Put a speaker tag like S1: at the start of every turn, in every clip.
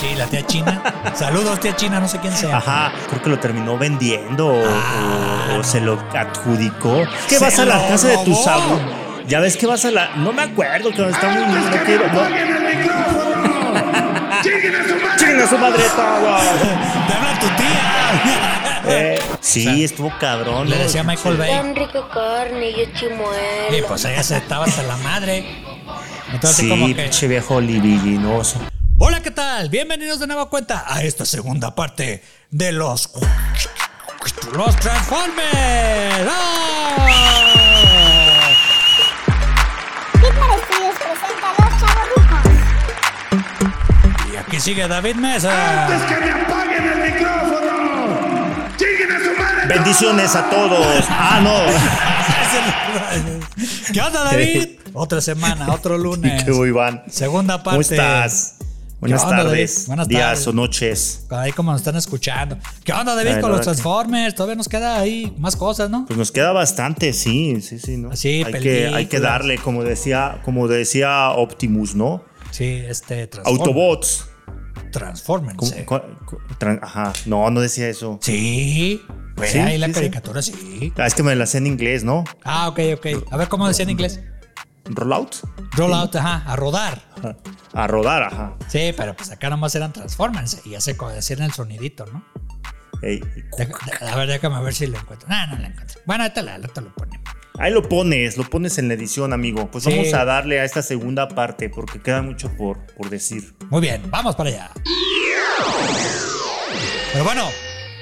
S1: Sí, la tía China. Saludos, tía China, no sé quién sea.
S2: Ajá, creo que lo terminó vendiendo o,
S1: Ah.
S2: o- o se lo adjudicó. ¿Qué
S1: Se
S2: vas a la
S1: lo
S2: casa de tus
S1: robó.
S2: abuelos? Ya ves que vas a la. No me acuerdo, que está
S1: Ah,
S2: muy no quiero- no. ¡Chinguen a su madre todo!
S1: ¡Te habla tu tía!
S2: Eh, sí,
S1: O sea,
S2: estuvo cabrón.
S1: Le
S2: ¿no?
S1: decía Michael Bay.
S3: Tan rico carne, yo
S1: Y
S3: chimuelo.
S1: pues ella se estaba hasta la madre. Entonces,
S2: Sí,
S1: como que.
S2: pinche viejo libidinoso.
S1: Hola, ¿qué tal? Bienvenidos de nueva cuenta a esta segunda parte de los. Los Transformers. ¡Ah!
S4: Pícaro Estudios presenta Los Chavorrucos.
S1: Y aquí sigue David Mesa.
S5: ¡Que me apaguen el micrófono! ¡Chinguen a su madre!
S2: Bendiciones a todos. Ah, no.
S1: ¿Qué onda, David? Otra semana, otro lunes.
S2: ¿Qué hubo, Iván?
S1: Segunda parte.
S2: ¿Cómo estás? Buenas
S1: onda, David?
S2: tardes,
S1: Buenas
S2: días
S1: tardes.
S2: o noches.
S1: Ahí como nos están escuchando. ¿Qué onda, David,
S2: Ay,
S1: con
S2: la
S1: los
S2: verdad que-
S1: Transformers? Todavía nos queda ahí más cosas, ¿no?
S2: Pues nos queda bastante, sí, sí, sí, ¿no?
S1: Ah, Sí,
S2: hay que,
S1: películas.
S2: hay que darle, como decía, como decía Optimus, ¿no?
S1: Sí, este... Transform-
S2: Autobots.
S1: Transformers.
S2: ¿Cómo-
S1: eh.
S2: cua- cu- tran- Ajá, no, no decía eso.
S1: Sí. Pues
S2: Sí,
S1: ahí la
S2: sí, sí.
S1: caricatura, sí.
S2: Ah, es que me la sé en inglés, ¿no?
S1: Ah, ok, ok. A ver, ¿cómo decía en inglés?
S2: Rollout.
S1: Roll out, ajá, a rodar.
S2: Ajá. A rodar, ajá.
S1: Sí, pero pues acá nomás eran Transformers eh, y ya se co- decían el sonidito, ¿no?
S2: Ey,
S1: De- de- a ver, déjame ver si lo encuentro. No, no lo encuentro. Bueno, ahorita la- ahorita lo ponemos.
S2: Ahí lo pones, lo pones en la edición, amigo. Pues
S1: Sí.
S2: vamos a darle a esta segunda parte porque queda mucho por, por decir.
S1: Muy bien, vamos para allá. Pero bueno,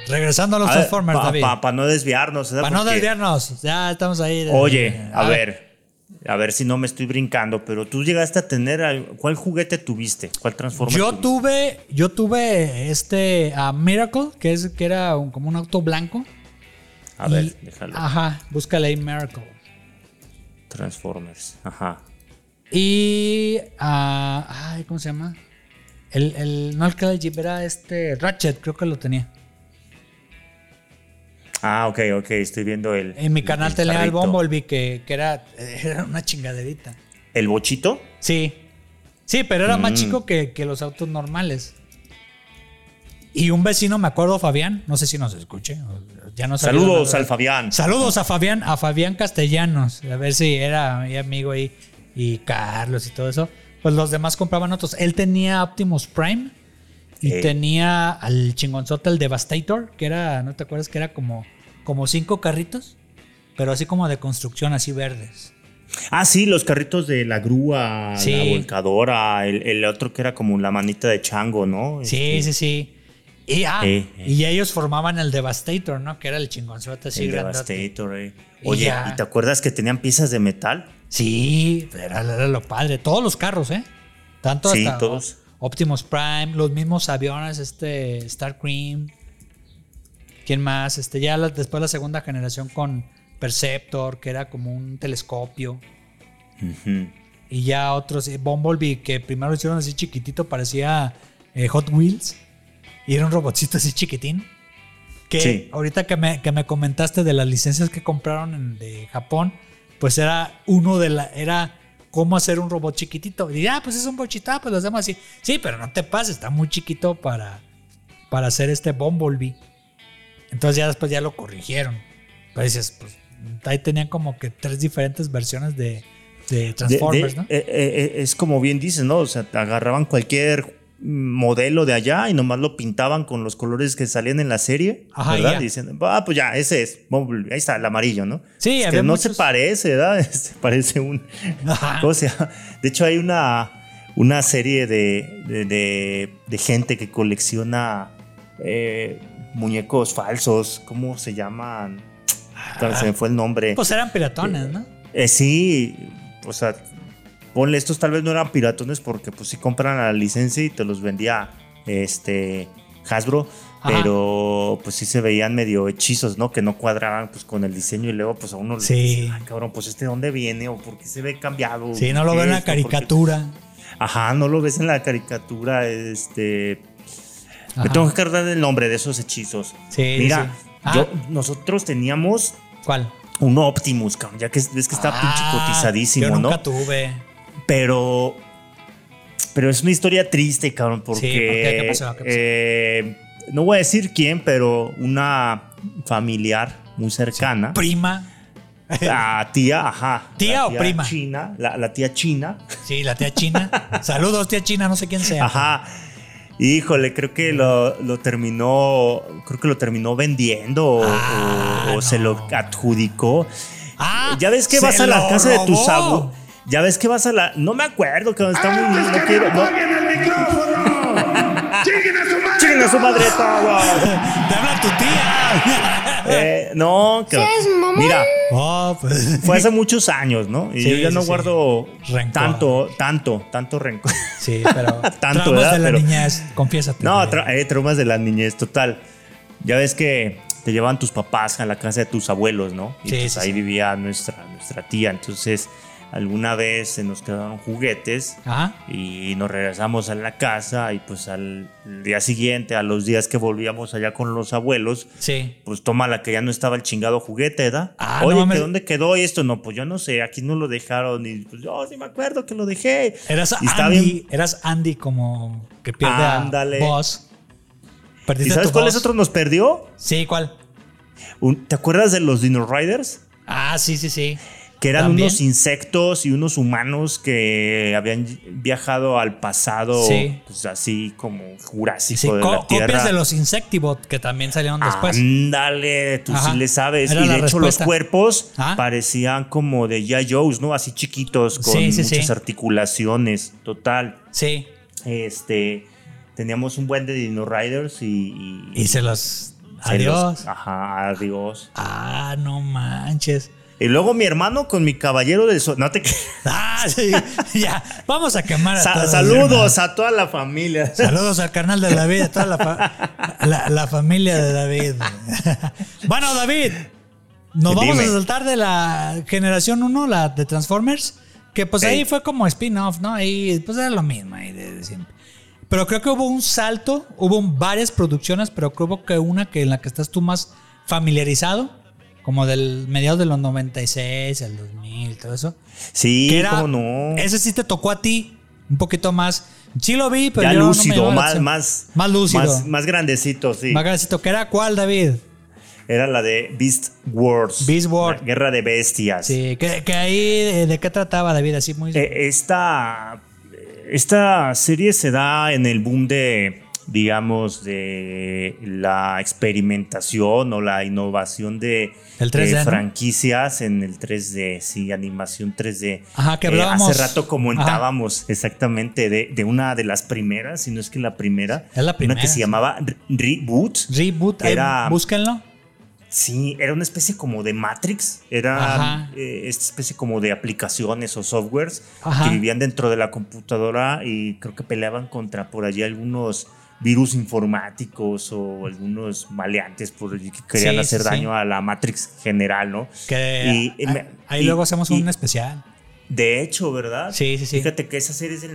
S1: regresando a los
S2: A ver,
S1: Transformers,
S2: pa-
S1: David.
S2: pa- pa no desviarnos. ¿verdad?
S1: Para no
S2: Porque-
S1: desviarnos, ya estamos ahí.
S2: Oye, a ver. A ver si no me estoy brincando, pero tú llegaste a tener. al- ¿Cuál juguete tuviste? ¿Cuál Transformer?
S1: Yo
S2: tuviste?
S1: tuve, yo tuve este a Miracle, que es que era un- como un auto blanco. y-
S2: A
S1: Ah.
S2: ver, déjalo.
S1: Ajá, búscale ahí Miracle.
S2: Transformers. Ajá.
S1: Y ah, ay, ¿cómo se llama? El, el no el que era el Jeep era este Ratchet, creo que lo tenía.
S2: Ah, ok, ok. Estoy viendo el.
S1: En mi
S2: el-
S1: canal
S2: el
S1: tenía el
S2: carrito.
S1: Bumblebee que, que era, era una chingaderita.
S2: ¿El bochito?
S1: Sí. Sí, pero era más
S2: Mm.
S1: chico que, que los autos normales. Y un vecino, me acuerdo, Fabián, no sé si nos escuche. Ya no salió
S2: Saludos
S1: nada.
S2: al Fabián.
S1: Saludos a Fabián, a Fabián Castellanos. A ver si era mi amigo ahí. Y Carlos y todo eso. Pues los demás compraban otros. Él tenía Optimus Prime. Y
S2: Eh.
S1: tenía al chingonzote, el Devastator, que era, ¿no te acuerdas? Que era como, como cinco carritos, pero así como de construcción, así verdes.
S2: Ah, sí, los carritos de la grúa, la
S1: Sí.
S2: volcadora, el, el otro que era como la manita de chango, ¿no?
S1: Sí,
S2: Este,
S1: sí, sí. Y, ah,
S2: Eh, eh.
S1: y ellos formaban el Devastator, ¿no? Que era el chingonzote así
S2: El
S1: grandote.
S2: Devastator, eh.
S1: Y
S2: Oye,
S1: ya.
S2: ¿y te acuerdas que tenían piezas de metal?
S1: Sí, era, era lo padre. Todos los carros, ¿eh? Tanto
S2: Sí,
S1: hasta
S2: todos.
S1: Optimus Prime, los mismos aviones, este Star Cream. ¿Quién más? Este, ya la- después la segunda generación con Perceptor, que era como un telescopio.
S2: Ujú.
S1: Y ya otros, eh, Bumblebee, que primero lo hicieron así chiquitito, parecía eh, Hot Wheels. Y era un robotcito así chiquitín. Que
S2: Sí.
S1: ahorita que me, que me comentaste de las licencias que compraron en- de Japón, pues era uno de la. Era cómo hacer un robot chiquitito. Y ya, pues es un bochita, pues lo hacemos así. Sí, pero no te pases, está muy chiquito para, para hacer este Bumblebee. Entonces ya después ya lo corrigieron. Pero dices, pues ahí tenían como que tres diferentes versiones de, de
S2: De- de-
S1: Transformers, ¿no?
S2: eh, eh, eh, es como bien dices, ¿no? O sea, te agarraban cualquier modelo de allá y nomás lo pintaban con los colores que salían en la serie,
S1: Ajá,
S2: ¿verdad?
S1: ya.
S2: Dicen, ah, pues ya, ese es, Bumblebee". ahí está, el amarillo, ¿no?
S1: Sí,
S2: Es que
S1: había
S2: no se
S1: muchos- Ah.
S2: parece, ¿verdad? Se parece un,
S1: Ajá.
S2: ¿Cómo se llama? De hecho, hay una, una serie de, de, de- de gente que colecciona eh, muñecos falsos. ¿Cómo se llaman? se me fue el nombre.
S1: Pues eran piratones, ¿no?
S2: Eh, sí, o sea, ponle estos, tal vez no eran piratones porque pues sí compran la licencia y te los vendía este Hasbro.
S1: Ajá.
S2: Pero pues sí se veían medio hechizos, ¿no? Que no cuadraban pues con el diseño y luego pues a uno
S1: Sí.
S2: le dice, "Ay, cabrón, pues este dónde viene o por qué se ve cambiado.
S1: Sí, no
S2: ¿Por
S1: lo
S2: qué
S1: veo en la
S2: esto? ¿Por qué-"
S1: caricatura.
S2: Ajá, no lo ves en la caricatura, este... Me
S1: Ajá.
S2: tengo que acordar el nombre de esos hechizos.
S1: Sí,
S2: Mira,
S1: sí. Ah.
S2: yo, nosotros teníamos
S1: ¿Cuál?
S2: un Optimus, cabrón, ya que es- ves que está pinche
S1: Ah,
S2: cotizadísimo,
S1: Yo nunca
S2: ¿no?
S1: tuve.
S2: Pero Pero es una historia triste, cabrón, porque.
S1: Sí, ¿por qué? ¿Qué pasó? ¿Qué pasó?
S2: eh, no voy a decir quién, pero una familiar muy cercana.
S1: Prima.
S2: La tía, ajá.
S1: ¿Tía
S2: la
S1: o prima?
S2: China, la, la tía china.
S1: Sí, la tía China. Saludos, tía China, no sé quién sea.
S2: Ajá. Híjole, creo que lo, lo terminó. Creo que lo terminó vendiendo o-
S1: Ah,
S2: o, o se
S1: no.
S2: lo adjudicó.
S1: Ah,
S2: Ya ves que
S1: se
S2: vas a la
S1: lo
S2: casa de tus
S1: robó.
S2: abuelos. Ya ves que vas a la. No me acuerdo, cabrón. Está muy.
S5: ¡Antes
S2: No
S5: que me
S2: quiero. No,
S5: apaguen el micrófono! ¡Chinguen a su madre!
S2: ¡Chinguen a su madre
S5: todos!
S2: todos!
S1: Te habla tu tía.
S2: Eh, no, que-
S4: Seas mamón.
S2: mira,
S1: Oh, pues.
S2: fue hace muchos años, ¿no? Y
S1: Sí,
S2: yo ya no
S1: sí, sí.
S2: guardo
S1: Rencor.
S2: tanto, tanto, tanto rencor.
S1: Sí, pero.
S2: Tanto,
S1: traumas
S2: ¿verdad?
S1: de la
S2: Pero-
S1: niñez, confiésate.
S2: No,
S1: güey.
S2: tra- eh, traumas de la niñez, total. Ya ves que te llevaban tus papás a la casa de tus abuelos, ¿no? Y
S1: Sí,
S2: pues
S1: sí,
S2: ahí
S1: sí.
S2: vivía nuestra, nuestra tía. Entonces, alguna vez se nos quedaron juguetes
S1: Ajá.
S2: y nos regresamos a la casa y pues al día siguiente, a los días que volvíamos allá con los abuelos,
S1: Sí.
S2: pues toma la que ya no estaba el chingado juguete, ¿verdad?
S1: Ah, no
S2: Oye, ¿que
S1: mames.
S2: ¿dónde quedó esto? No, pues yo no sé, aquí no lo dejaron y pues yo sí me acuerdo que lo dejé.
S1: Eras
S2: Y está
S1: Andy.
S2: bien.
S1: Eras Andy como que pierde
S2: Ándale.
S1: a voz.
S2: ¿Y
S1: Perdiste
S2: sabes
S1: tu
S2: cuál es
S1: voz.
S2: otro nos perdió?
S1: Sí, ¿cuál?
S2: Un- ¿Te acuerdas de los Dino Riders?
S1: Ah, sí, sí, sí.
S2: Que eran
S1: También.
S2: unos insectos y unos humanos que habían viajado al pasado,
S1: Sí.
S2: pues así como
S1: Sí,
S2: jurásico
S1: sí,
S2: de
S1: co-
S2: la Tierra. Ah,
S1: copias de los Insectibot que también salieron después.
S2: Ándale, tú
S1: Ajá.
S2: sí le sabes.
S1: Era
S2: y de
S1: la
S2: hecho,
S1: respuesta.
S2: los cuerpos
S1: Ajá.
S2: parecían como de ya Joe's, ¿no? Así chiquitos, con
S1: Sí, sí, sí.
S2: muchas articulaciones. Total.
S1: Sí.
S2: Este. Teníamos un buen de Dino Riders y.
S1: Y se los.
S2: se los-
S1: Adiós.
S2: ajá, adiós.
S1: Ah, no manches.
S2: Y luego mi hermano con mi caballero del sol. No te creas.
S1: Ah, sí. ya. Vamos a quemar a
S2: Sa-
S1: todos,
S2: Saludos a toda la familia.
S1: hermano. Saludos al carnal de David, a toda la, fa- la- la familia de David. bueno, David, nos vamos
S2: Dime.
S1: a saltar de la generación 1, la de Transformers, que pues
S2: Ey.
S1: ahí fue como spin-off, ¿no? Ahí pues era lo mismo ahí de, de siempre. Pero creo que hubo un salto, hubo varias producciones, pero creo que una que en la que estás tú más familiarizado, como del mediados de los 96, el 2000, todo eso.
S2: Sí,
S1: que era-
S2: cómo no.
S1: Ese sí te tocó a ti un poquito más. Sí lo vi, pero
S2: ya
S1: yo no me
S2: lúcido,
S1: llamaba la
S2: más,
S1: atención.
S2: más,
S1: Más lúcido.
S2: Más, más grandecito, sí.
S1: Más grandecito. ¿Que era cuál, David?
S2: Era la de Beast Wars.
S1: Beast Wars.
S2: La guerra de bestias.
S1: Sí, que, que ahí, eh, ¿de qué trataba David? Así muy...
S2: Eh, esta, esta serie se da en el boom de, digamos, de la experimentación o la innovación de,
S1: El 3D,
S2: de
S1: ¿no?
S2: franquicias en el 3D, sí, animación 3D.
S1: Ajá, que
S2: Eh,
S1: hablábamos-
S2: hace rato comentábamos exactamente de, de una de las primeras, si no es que la primera.
S1: Es la primera,
S2: Una que se
S1: sí.
S2: llamaba Re- Reboot.
S1: Reboot, ahí
S2: era-
S1: búsquenlo.
S2: Sí, era una especie como de Matrix, era
S1: Ajá.
S2: eh, esta especie como de aplicaciones o softwares
S1: Ajá.
S2: que vivían dentro de la computadora y creo que peleaban contra por allí algunos virus informáticos o algunos maleantes por allí que querían
S1: Sí,
S2: hacer
S1: sí, sí.
S2: daño a la Matrix general, ¿no?
S1: Que
S2: Y- y
S1: ah,
S2: me-
S1: ahí
S2: y-
S1: luego hacemos
S2: y-
S1: un especial.
S2: De hecho, ¿verdad?
S1: Sí, sí, sí.
S2: Fíjate que esa serie es del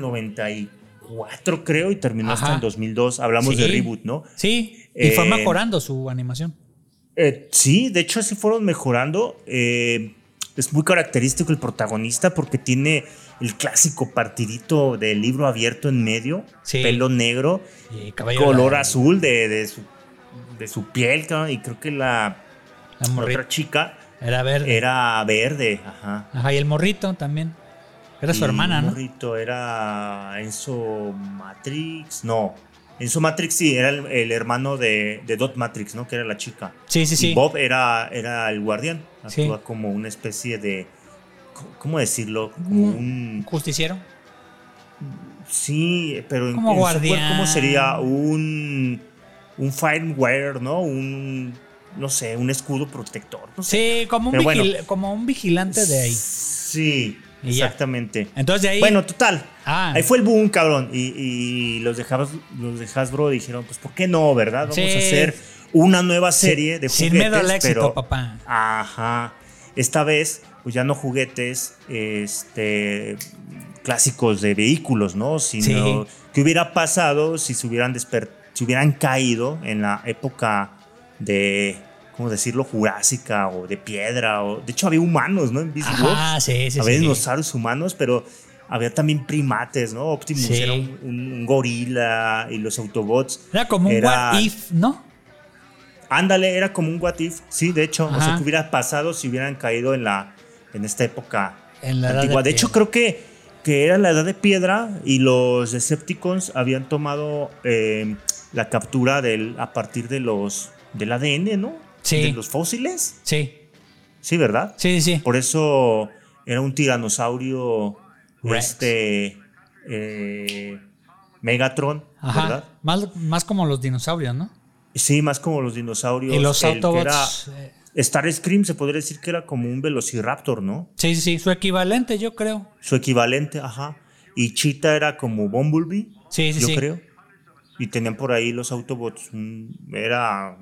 S2: 94 creo y terminó
S1: Ajá.
S2: hasta el 2002, hablamos
S1: Sí.
S2: de reboot, ¿no?
S1: Sí, y fue
S2: Eh,
S1: mejorando su animación.
S2: Eh, sí, de hecho sí fueron mejorando. Eh, es muy característico el protagonista porque tiene el clásico partidito de libro abierto en medio,
S1: Sí.
S2: pelo negro,
S1: Y cabello
S2: color
S1: la-
S2: azul de, de su, de su piel, cabrón, y creo que la,
S1: la
S2: la
S1: morrita.
S2: otra chica
S1: Era verde.
S2: era verde, ajá.
S1: Ajá, y el morrito también. Era su
S2: Y
S1: hermana, ¿no?
S2: morrito era Enzo Matrix, no. Enzo Matrix sí, era el, el hermano de, de Dot Matrix, ¿no? Que era la chica.
S1: Sí, sí,
S2: Y
S1: sí.
S2: Bob era, era el guardián.
S1: Sí.
S2: Actúa como una especie de. co- ¿Cómo decirlo? Como un.
S1: Justiciero.
S2: Sí, pero en-
S1: Como
S2: en su
S1: guardián.
S2: cuerpo, ¿Cómo sería? Un. Un firewire, ¿no? Un. No sé, un escudo protector. No sé.
S1: Sí, como un,
S2: Pero bueno.
S1: vigil- como un vigilante de ahí.
S2: Sí,
S1: Y ya.
S2: exactamente.
S1: Entonces de ahí.
S2: Bueno, total.
S1: ah,
S2: Ahí fue el boom, cabrón. Y, y los, de Hasbro, los de Hasbro dijeron, pues, ¿por qué no, verdad? Vamos
S1: Sí.
S2: a hacer una nueva
S1: sí,
S2: serie de juguetes.
S1: Sin miedo al éxito,
S2: pero-
S1: papá.
S2: Ajá. Esta vez, pues ya no juguetes este, clásicos de vehículos, ¿no? Sino
S1: Sí.
S2: qué hubiera pasado si se hubieran desper- si hubieran caído en la época de, ¿cómo decirlo? Jurásica o de piedra. O, de hecho, había humanos, ¿no? En Beast Wars.
S1: Ajá, Ah, sí, sí,
S2: había
S1: sí.
S2: dinosaurios humanos, pero había también primates, ¿no? Optimus
S1: Sí.
S2: era un, un- un gorila y los Autobots.
S1: Era como un
S2: Era-
S1: what if, ¿no?
S2: Ándale, era como un what if, sí, de hecho, o sea,
S1: Ajá.
S2: que hubiera pasado si hubieran caído en la en esta época
S1: En la edad
S2: antigua. De,
S1: de
S2: hecho,
S1: piedra.
S2: creo que, que era la edad de piedra y los Decepticons habían tomado eh, la captura del, a partir de los del ADN, ¿no?
S1: Sí.
S2: De los fósiles.
S1: Sí,
S2: Sí, ¿verdad?
S1: sí, sí.
S2: Por eso era un tiranosaurio
S1: Rex.
S2: este eh, Megatron,
S1: Ajá.
S2: ¿verdad?
S1: Más, más como los dinosaurios, ¿no?
S2: Sí, más como los dinosaurios.
S1: Y los
S2: el que
S1: Autobots. eh,
S2: era- Starscream se podría decir que era como un velociraptor, ¿no?
S1: sí, sí, sí, su equivalente, yo creo.
S2: Su equivalente, ajá. Y Cheetah era como Bumblebee,
S1: Sí, sí,
S2: yo
S1: sí.
S2: creo. Y tenían por ahí los Autobots. un- Era.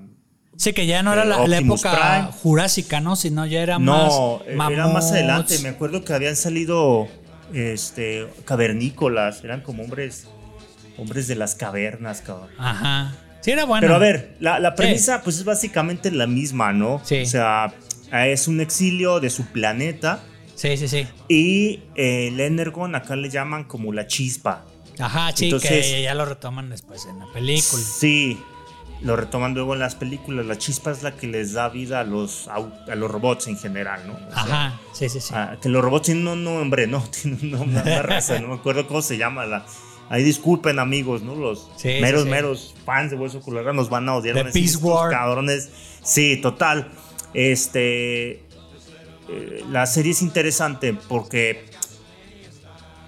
S1: Sí, que ya no era
S2: Eh,
S1: la, la
S2: Optimus
S1: época
S2: Prime.
S1: jurásica, ¿no? Sino ya era
S2: No,
S1: más.
S2: eh, era más
S1: mamuts.
S2: adelante. Me acuerdo que habían salido este, cavernícolas. Eran como hombres. Hombres de las cavernas, cabrón.
S1: Ajá. Sí, era bueno.
S2: Pero a ver, la, la premisa pues es básicamente la misma, ¿no?
S1: Sí.
S2: O sea, es un exilio de su planeta
S1: Sí, sí, sí.
S2: y eh, el Energon acá le llaman como la chispa.
S1: Ajá, sí, que
S2: Entonces-
S1: ya lo retoman después en la película.
S2: Sí, lo retoman luego en las películas. La chispa es la que les da vida a los, au- a los robots en general, ¿no? O sea,
S1: Ajá, sí, sí, sí.
S2: ah, que los robots tienen un nombre, ¿no? Tienen un nombre, una raza, no me acuerdo cómo se llama la... Ahí disculpen amigos, ¿no? Los
S1: Sí, sí,
S2: meros,
S1: sí.
S2: meros fans de Hueso Colorado nos van a odiar.
S1: The
S2: van a decir,
S1: Peace
S2: "Estos
S1: War".
S2: Cabrones. Sí, total. Este... eh, la serie es interesante porque...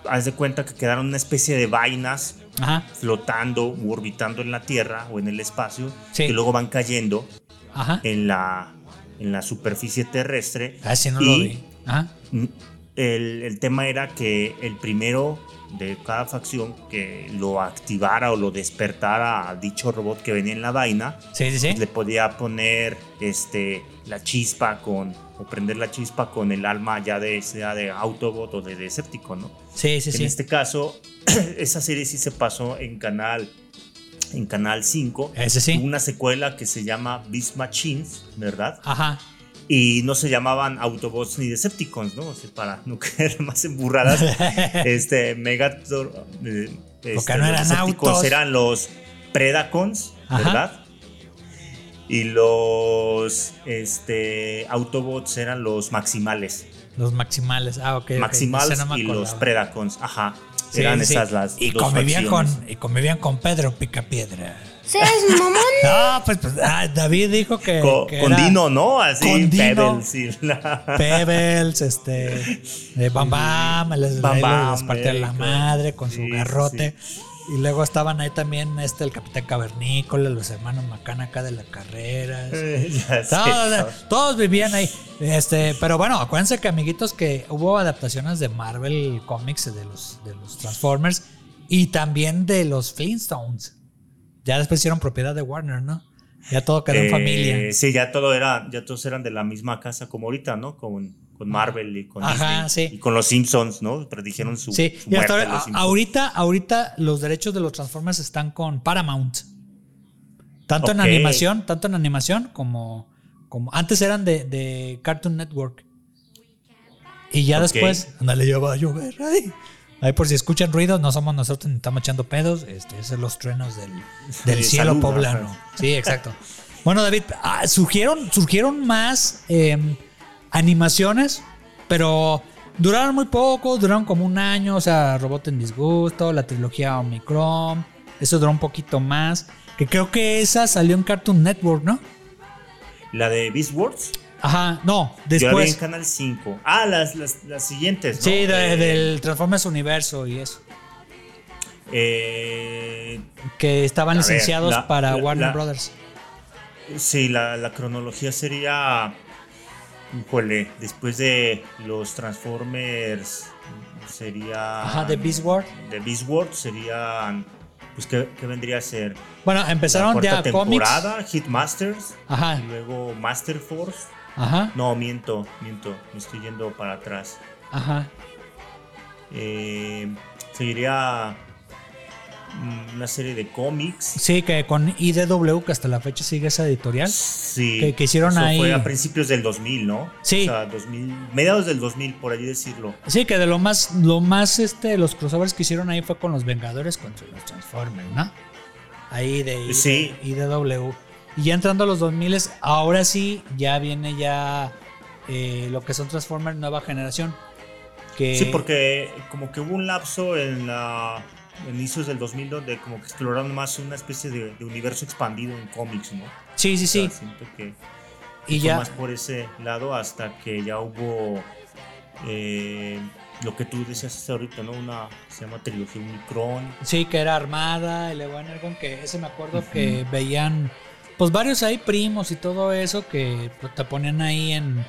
S2: Haz de cuenta que quedaron una especie de vainas
S1: Ajá,
S2: flotando u orbitando en la Tierra o en el espacio,
S1: Sí.
S2: que luego van cayendo
S1: ajá.
S2: en la, en la superficie terrestre.
S1: Ah, sí, no
S2: y
S1: lo vi. Ah, Ajá.
S2: n- El, el tema era que el primero de cada facción que lo activara o lo despertara a dicho robot que venía en la vaina,
S1: Sí, sí,
S2: le
S1: sí.
S2: podía poner este, la chispa con, o prender la chispa con el alma ya de, sea de Autobot o de Decepticon, ¿no?
S1: Sí, sí,
S2: en
S1: sí.
S2: este caso, esa serie sí se pasó en canal en canal 5.
S1: Ese Eh, sí.
S2: Tuvo una secuela que se llama Beast Machines, ¿verdad?
S1: Ajá.
S2: Y no se llamaban Autobots ni Decepticons, ¿no? O sea, para no caer más en burradas. este Megator eh, este,
S1: no
S2: los
S1: eran
S2: Decepticons
S1: autos.
S2: eran los Predacons,
S1: Ajá.
S2: ¿verdad? Y los este, Autobots eran los Maximales.
S1: Los maximales. Ah, ok. ok.
S2: Maximals
S1: Ese no me
S2: y los
S1: acordaba.
S2: Predacons. Ajá.
S1: Sí,
S2: Eran
S1: sí.
S2: esas las.
S1: Y
S2: dos
S1: convivían,
S2: facciones.
S1: con, y convivían con Pedro Picapiedra.
S4: ¿Seas mamón?
S1: No, pues, pues, ah, David dijo que.
S2: Co-
S1: que
S2: con
S1: era
S2: Dino, ¿no? Así,
S1: con Dino.
S2: Pebbles y la-
S1: Pebbles, este. eh, Bam Bam, les,
S2: Bam
S1: ahí les
S2: Bam,
S1: partía la
S2: eh,
S1: madre con
S2: sí,
S1: su garrote. Y luego estaban ahí también este, el Capitán Cavernícola, los hermanos Macana acá de la carrera.
S2: Eh, Ya sé,
S1: Todos,
S2: ¿no?
S1: todos vivían ahí. Este, pero bueno, acuérdense que amiguitos que hubo adaptaciones de Marvel Comics de los, de los Transformers y también de los Flintstones. Ya después hicieron propiedad de Warner, ¿no? Ya todo quedó en
S2: Eh,
S1: familia.
S2: Sí, ya todo era, ya todos eran de la misma casa como ahorita, ¿no? Con, con Marvel y con
S1: Ajá,
S2: Disney
S1: sí.
S2: y con los Simpsons, ¿no? Predijeron su,
S1: Sí,
S2: su
S1: y hasta
S2: muerte
S1: ahora-
S2: los
S1: a-
S2: Simpsons.
S1: ahorita, ahorita los derechos de los Transformers están con Paramount. Tanto en
S2: Ok.
S1: animación, tanto en animación como, como antes eran de, de Cartoon Network. Y ya
S2: Ok.
S1: después, ándale, ya va a llover. ay. Ahí por si escuchan ruidos, no somos nosotros ni estamos echando pedos. Este, es los truenos del, del
S2: De
S1: cielo
S2: salud,
S1: poblano.
S2: ajá.
S1: Sí, exacto. Bueno, David, ah, surgieron, surgieron más eh, animaciones, pero duraron muy poco, duraron como un año, o sea, Robot en Disgusto, la trilogía Omicron, eso duró un poquito más, que creo que esa salió en Cartoon Network, ¿no?
S2: La de Beast Wars,
S1: Ajá, no,
S2: yo la vi en
S1: después.
S2: Canal 5. Ah, las, las, las siguientes, ¿no?
S1: Sí, de-
S2: Eh,
S1: del Transformers Universo y eso,
S2: eh,
S1: que estaban
S2: A ver,
S1: licenciados
S2: la-
S1: para
S2: la-
S1: Warner
S2: la-
S1: Brothers.
S2: Sí, la, la cronología sería. híjole, después de los Transformers sería.
S1: Ajá, de Beast Wars.
S2: De Beast World serían. Pues, ¿qué, qué vendría a ser?
S1: Bueno,
S2: La
S1: empezaron
S2: cuarta
S1: ya cómics.
S2: temporada, Hitmasters.
S1: Ajá,
S2: Y luego Master Force.
S1: ajá,
S2: No, miento, miento. Me estoy yendo para atrás.
S1: ajá.
S2: Eh, seguiría. mm, una serie de cómics.
S1: Sí, que con IDW, que hasta la fecha sigue esa editorial.
S2: Sí.
S1: Que- que hicieron
S2: eso
S1: ahí-
S2: Fue a principios del 2000, ¿no?
S1: Sí.
S2: O sea, 2000, mediados del 2000, por allí decirlo.
S1: Sí, que de lo más, lo más, este, los crossovers que hicieron ahí fue con los Vengadores contra los Transformers, ¿no? Ahí de I-
S2: Sí.
S1: IDW. Y ya entrando a los 2000, ahora sí, ya viene ya eh, lo que son Transformers nueva generación. Que,
S2: Sí, porque como que hubo un lapso en la en inicios del 2000 donde como que exploraron más una especie de, de universo expandido en cómics, ¿no?
S1: Sí, sí,
S2: O
S1: sí.
S2: sea, siento que
S1: y
S2: fue
S1: ya.
S2: más por ese lado hasta que ya hubo eh, lo que tú decías ahorita, ¿no? Una se llama trilogía Unicron.
S1: Sí, que era Armada, el Energon, que ese me acuerdo que veían, pues varios ahí primos y todo eso que pues, te ponían ahí en,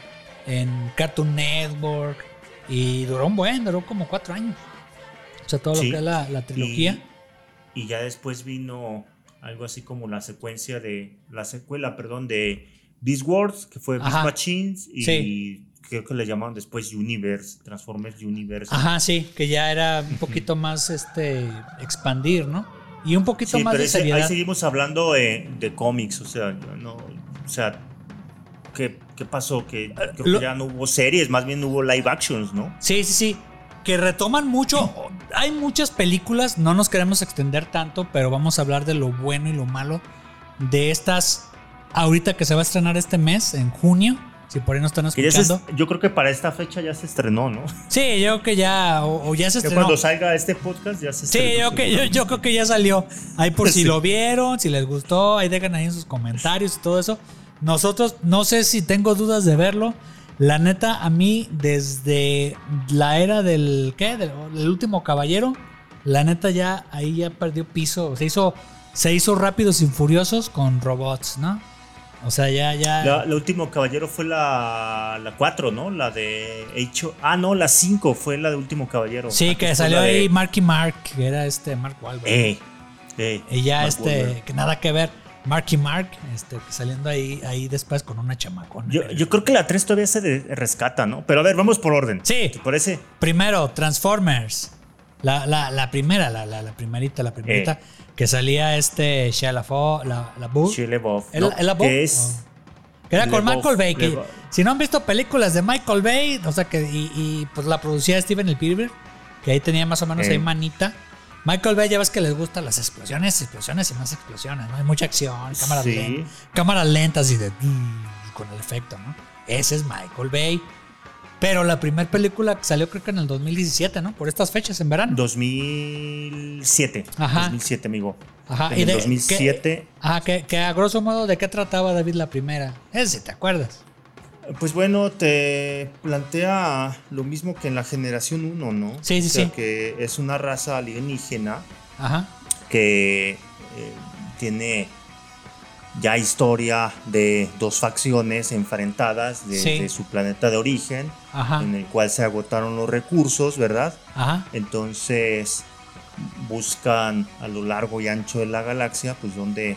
S1: en Cartoon Network y duró un buen, duró como cuatro años. O sea, todo
S2: Sí.
S1: lo que es la, la trilogía.
S2: Y, y ya después vino algo así como la secuencia de. La secuela, perdón, de Beast Wars, que fue Beast
S1: Ajá.
S2: Machines. Y
S1: Sí.
S2: creo que le llamaron después Universe, Transformers Universe.
S1: Ajá, sí, que ya era un poquito más este expandir, ¿no? Y un poquito
S2: Sí,
S1: más
S2: pero
S1: de
S2: ese- ahí
S1: seriedad.
S2: seguimos hablando eh, de cómics, o sea, no, o sea, ¿qué, qué pasó? Que creo que
S1: Ah, lo-
S2: ya no hubo series, más bien hubo live actions, ¿no?
S1: Sí, sí, sí. Que retoman mucho. Hay muchas películas, no nos queremos extender tanto, pero vamos a hablar de lo bueno y lo malo de estas. Ahorita que se va a estrenar este mes, en junio, si por ahí no están
S2: Que ya se
S1: escuchando.
S2: est- yo creo que para esta fecha ya se estrenó, ¿no?
S1: Sí, yo creo que ya. O, o ya se
S2: Que
S1: estrenó.
S2: cuando salga este podcast ya se
S1: Sí,
S2: estrenó.
S1: yo, creo que, yo, yo creo que ya salió. Ahí por si
S2: Sí.
S1: lo vieron, si les gustó, ahí dejan ahí en sus comentarios y todo eso. Nosotros, no sé si tengo dudas de verlo. La neta, a mí, desde la era del, ¿qué? Del, del último caballero, la neta ya, ahí ya perdió piso. Se hizo, se hizo rápidos y furiosos con robots, ¿no? O sea, ya, ya.
S2: La, la último caballero fue la, la 4, ¿no? La de hecho. Ah, no, la 5 fue la de último caballero.
S1: sí,
S2: Antes
S1: que
S2: fue
S1: salió
S2: la de-
S1: ahí Marky Mark, que era este Mark Wahlberg.
S2: Eh, eh,
S1: Y ya
S2: Mark
S1: este,
S2: Wahlberg.
S1: que nada que ver. Marky Mark, este, saliendo ahí, ahí después con una chamacona.
S2: Yo, yo creo que la 3 todavía se de- rescata, ¿no? Pero a ver, vamos por orden.
S1: Sí.
S2: ¿Te parece?
S1: Primero, Transformers. La, la, la primera, la, la, la primerita,
S2: Eh.
S1: la primerita. Que salía este Shia LaFo- la, la Boo.
S2: Shia LaBeouf,
S1: ¿El-
S2: ¿no?
S1: el LaBeouf?
S2: Que es.
S1: Que era con
S2: LaBeouf,
S1: Michael Bay. que
S2: LaBeouf.
S1: si no han visto películas de Michael Bay, o sea que, y, y, pues la producía Steven Spielberg, que ahí tenía más o menos
S2: Eh.
S1: ahí manita. Michael Bay ya ves que les gustan las explosiones, explosiones y más explosiones, ¿no? Hay mucha acción, cámaras,
S2: Sí.
S1: len- cámaras lentas y de con el efecto, ¿no? Ese es Michael Bay. Pero la primera película que salió creo que en el 2017, ¿no? Por estas fechas, en verano.
S2: 2007.
S1: Ah. Ajá.
S2: 2007, amigo.
S1: Ajá,
S2: En el
S1: de-
S2: 2007.
S1: que- ajá, que, que a grosso modo, ¿de qué trataba David la primera? Ese, sí ¿te acuerdas?
S2: Pues bueno, te plantea lo mismo que en la generación 1, ¿no?
S1: Sí, sí,
S2: o sea,
S1: sí.
S2: que es una raza alienígena
S1: Ajá.
S2: que eh, tiene ya historia de dos facciones enfrentadas
S1: Sí.
S2: desde su planeta de origen,
S1: Ajá.
S2: en el cual se agotaron los recursos, ¿verdad?
S1: Ajá.
S2: Entonces buscan a lo largo y ancho de la galaxia, pues donde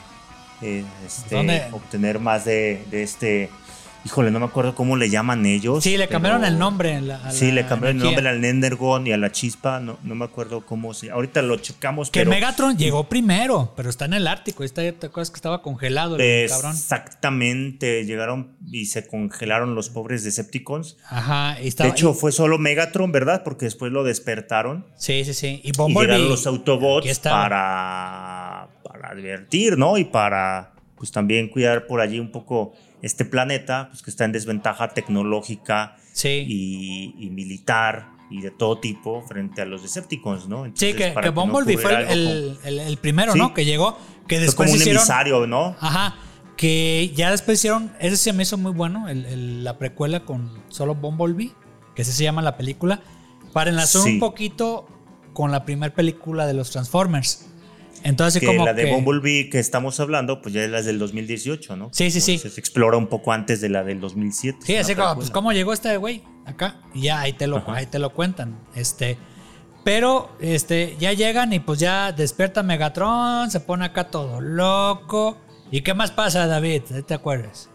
S2: eh, este,
S1: ¿Dónde?
S2: obtener más de, de este... Híjole, no me acuerdo cómo le llaman ellos.
S1: Sí, le
S2: pero-
S1: cambiaron el nombre. en la- a
S2: Sí,
S1: la
S2: le cambiaron el
S1: energía.
S2: nombre al Nendergon y a la chispa, no, no me acuerdo cómo se... Ahorita lo checamos,
S1: Que
S2: pero...
S1: Megatron llegó primero, pero está en el Ártico. Está, ¿Te acuerdas que estaba congelado el cabrón?
S2: Exactamente, llegaron y se congelaron los pobres Decepticons.
S1: Ajá. Y
S2: De
S1: estaba,
S2: hecho,
S1: y-
S2: fue solo Megatron, ¿verdad? Porque después lo despertaron.
S1: sí, sí, sí. Y
S2: Y
S1: Bumblebee.
S2: llegaron los
S1: aquí
S2: Autobots
S1: estaba.
S2: para, para divertir, ¿no? Y para pues también cuidar por allí un poco este planeta, pues que está en desventaja tecnológica
S1: Sí.
S2: y, y militar y de todo tipo frente a los Decepticons, ¿no?
S1: sí,
S2: Entonces,
S1: que,
S2: pues para
S1: que
S2: no
S1: Bumblebee fue
S2: ocurriera
S1: el,
S2: algo
S1: el- el- el primero,
S2: Sí.
S1: ¿no? Que llegó. Que
S2: como, fue como
S1: después
S2: un
S1: hicieron.
S2: emisario, ¿no?
S1: Ajá. Que ya después hicieron. Ese se me hizo muy bueno. el- el- la precuela con solo Bumblebee. Que así se llama la película. Para enlazar
S2: Sí.
S1: un poquito con la primera película de los Transformers. Entonces,
S2: que
S1: como
S2: la de
S1: que-
S2: Bumblebee que estamos hablando, pues ya es la del 2018, ¿no?
S1: Sí, sí, sí.
S2: Entonces, Se explora un poco antes de la del 2007.
S1: Sí,
S2: es
S1: así
S2: una
S1: como, pues,
S2: precuela.
S1: ¿cómo llegó este güey acá? Y ya ahí te lo,
S2: Ajá.
S1: ahí te lo cuentan. Este, pero este, ya llegan y pues ya despierta Megatron, se pone acá todo loco. ¿Y qué más pasa, David? Ahí ¿Te acuerdas?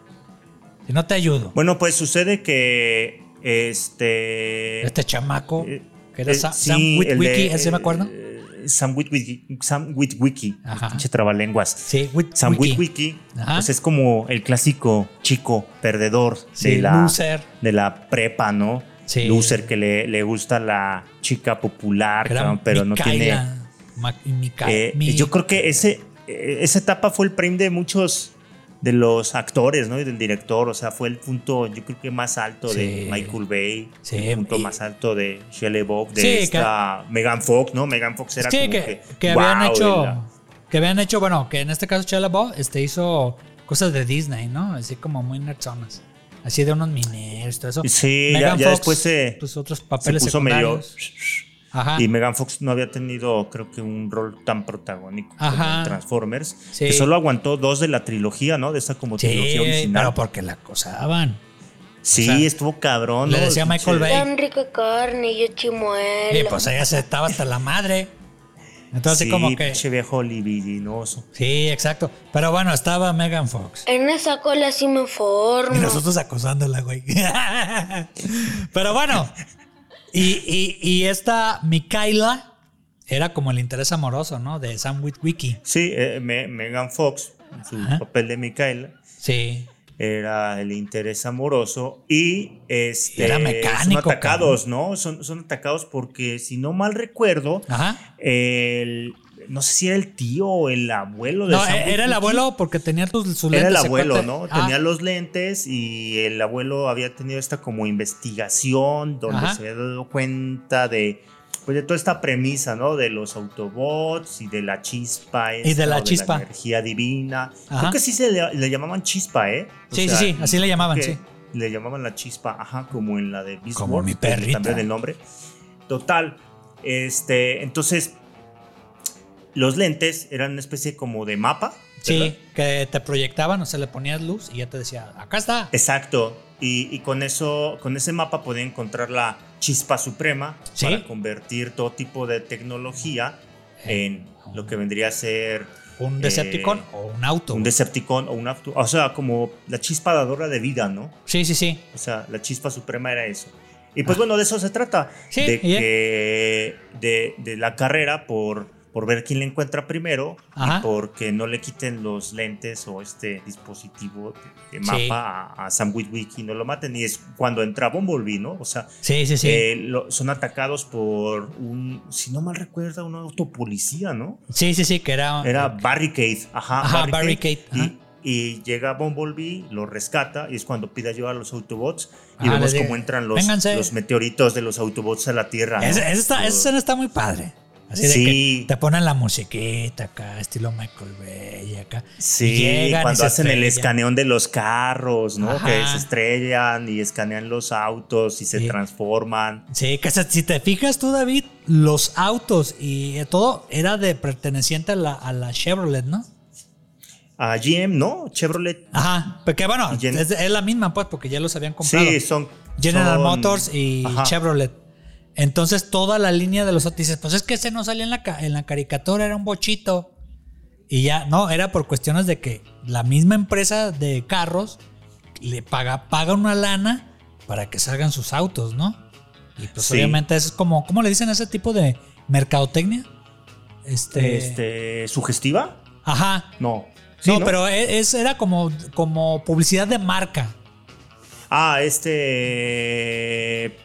S1: Si no te ayudo.
S2: Bueno, pues sucede que este
S1: este chamaco,
S2: Eh,
S1: que era
S2: eh,
S1: Sa-
S2: sí,
S1: Sam Witwicky,
S2: el de-
S1: ¿ese me acuerdo?
S2: eh, Sam Witwicky, Sam Witwicky,
S1: Ajá.
S2: pinche trabalenguas.
S1: Sí, Wit-
S2: Sam
S1: Wiki.
S2: Witwicky,
S1: Ajá.
S2: pues es como el clásico chico perdedor
S1: Sí,
S2: de, la,
S1: Loser.
S2: de la prepa, ¿no?
S1: Sí.
S2: Loser que le, le gusta la chica popular,
S1: Era
S2: cabrón, pero no tiene...
S1: Micaela, Ma- Mica-
S2: Eh,
S1: Mi-
S2: yo creo que ese, eh, esa etapa fue el prime de muchos de los actores, ¿no? Y del director, o sea, fue el punto, yo creo que más alto
S1: Sí.
S2: de Michael Bay,
S1: Sí,
S2: el punto
S1: y-
S2: más alto de Shelley Bob, de
S1: Sí, que-
S2: esta Megan Fox, ¿no? Megan Fox era
S1: Sí,
S2: como
S1: que,
S2: que,
S1: que habían
S2: wow,
S1: hecho.
S2: de la-
S1: Que habían hecho, bueno, que en este caso Shia LaBeouf, este hizo cosas de Disney, ¿no? Así como muy nerdzonas. Así de unos mineros, todo eso.
S2: Sí, ya-
S1: Megan
S2: ya
S1: Fox,
S2: después se,
S1: pues otros
S2: se
S1: papeles
S2: puso medio...
S1: secundarios. Ajá.
S2: Y Megan Fox no había tenido, creo que, un rol tan protagónico
S1: Ajá.
S2: como en Transformers,
S1: Sí.
S2: que solo aguantó dos de la trilogía, ¿no? De esta como
S1: sí,
S2: trilogía original.
S1: pero porque la acosaban.
S2: sí,
S1: o sea,
S2: estuvo cabrón.
S1: le
S2: ¿no?
S1: decía Michael
S2: Sí.
S1: Bay.
S3: Tan rico carne y yo
S1: Y
S3: chimuelo.
S1: pues ella se estaba hasta la madre. Entonces,
S2: sí,
S1: como que.
S2: pinche viejo libidinoso.
S1: Sí, exacto. Pero bueno, estaba Megan Fox.
S3: En esa cola sí me formo.
S1: Y nosotros acosándola, güey. Pero bueno. Y, y- y esta Micaela era como el interés amoroso, ¿no? De Sam Witwicky.
S2: Sí, eh, Me- Megan Fox, en su
S1: Ajá.
S2: papel de Micaela,
S1: Sí.
S2: era el interés amoroso y este,
S1: Era mecánico,
S2: son atacados, ¿no? Son, son atacados porque, si no mal recuerdo,
S1: Ajá.
S2: el, no sé si era el tío o el abuelo de
S1: No,
S2: Sam
S1: e- era el
S2: Witwicky.
S1: abuelo porque tenía tus, sus lentes.
S2: Era el
S1: se
S2: abuelo,
S1: cuenta-
S2: ¿no?
S1: Ah,
S2: Tenía los lentes y el abuelo había tenido esta como investigación donde
S1: Ajá.
S2: se había dado cuenta de, pues, de toda esta premisa, ¿no? De los Autobots y de la chispa.
S1: de
S2: esta,
S1: la
S2: o
S1: chispa.
S2: energía divina.
S1: Ajá.
S2: Creo que sí se le, le llamaban chispa, ¿eh? O
S1: Sí, sí, sí, así le llamaban,
S2: creo que
S1: sí.
S2: Le llamaban la chispa, ajá, como en la de Beast
S1: Como
S2: Wars,
S1: mi
S2: que
S1: perrita.
S2: También el nombre. Total. Este, entonces, los lentes eran una especie como de mapa. ¿verdad?
S1: Sí, que te proyectaban, o sea, le ponías luz y ya te decía, acá está.
S2: Exacto. Y, y con eso, con ese mapa podía encontrar la chispa suprema
S1: Sí.
S2: para convertir todo tipo de tecnología
S1: Eh.
S2: en lo que vendría a ser
S1: Un Decepticon
S2: eh,
S1: o un auto.
S2: un
S1: güey.
S2: Decepticon o un Auto. O sea, como la chispa dadora de vida, ¿no?
S1: sí, sí, sí.
S2: O sea, la chispa suprema era eso. Y pues bueno, de eso se trata.
S1: Ah. Sí,
S2: de,
S1: y ya.
S2: que, de, de la carrera por, por ver quién le encuentra primero
S1: Ajá.
S2: y porque no le quiten los lentes o este dispositivo de, de mapa
S1: Sí.
S2: a, a Sam Witwicky y no lo maten. Y es cuando entra Bumblebee, ¿no? O sea,
S1: Sí, sí, sí.
S2: eh, lo- son atacados por un, si no mal recuerda, un autopolicía, ¿no?
S1: sí, sí, sí, que era.
S2: Era Barricade. Ajá,
S1: Ah, Ajá, Barricade,
S2: Y,
S1: ajá.
S2: y llega Bumblebee, lo rescata y es cuando pide ayuda a los Autobots y
S1: Ajá,
S2: vemos
S1: le digo,
S2: cómo entran los,
S1: "Vénganse".
S2: los meteoritos de los Autobots a la Tierra. ¿no?
S1: Ese- ese está-
S2: Los-
S1: esa escena está muy padre. Así de
S2: Sí.
S1: que te ponen la musiquita acá, estilo Michael Bay acá.
S2: Sí,
S1: llegan y
S2: cuando
S1: se
S2: hacen el
S1: estrellan.
S2: escaneón de los carros, ¿no?
S1: Ajá.
S2: Que se estrellan y escanean los autos y se
S1: Sí.
S2: transforman.
S1: Sí, que se- si te fijas tú, David, los autos y todo era de perteneciente a la, a la Chevrolet, ¿no?
S2: A GM, ¿no? Chevrolet.
S1: Ajá, porque bueno,
S2: Y Gen-
S1: es, es la misma pues, porque ya los habían comprado.
S2: Sí, son.
S1: General
S2: son-
S1: Motors y
S2: Ajá.
S1: Chevrolet. Entonces toda la línea de los autos, dices, pues es que ese no salía en la, ca- en la caricatura, era un bochito. Y ya, no, era por cuestiones de que la misma empresa de carros le paga, paga una lana para que salgan sus autos, ¿no? Y pues
S2: Sí.
S1: obviamente eso es como, ¿cómo le dicen a ese tipo de mercadotecnia? Este...
S2: Este, ¿Sugestiva?
S1: Ajá.
S2: No.
S1: no,
S2: Sí,
S1: pero e- es, era como, como publicidad de marca.
S2: Ah, este.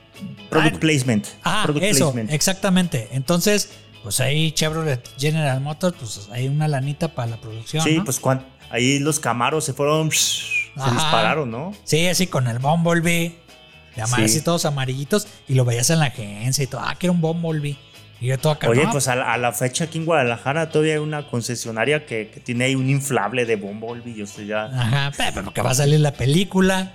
S2: Product
S1: Ah,
S2: placement.
S1: Ah,
S2: Product
S1: eso,
S2: placement.
S1: exactamente. Entonces, pues ahí Chevrolet General Motors, pues hay una lanita para la producción.
S2: Sí,
S1: ¿no?
S2: pues cuan- ahí los camaros se fueron. psh,
S1: Ajá.
S2: Se dispararon, ¿no?
S1: Sí, así con el Bumblebee. De amar
S2: Sí.
S1: así todos amarillitos y lo veías en la agencia y todo. Ah, que era un Bumblebee. Y yo todo acá.
S2: Oye,
S1: no,
S2: pues a la, a la fecha aquí en Guadalajara todavía hay una concesionaria que, que tiene ahí un inflable de Bumblebee. O sea, ya.
S1: Ajá, pe- pero que va a salir la película.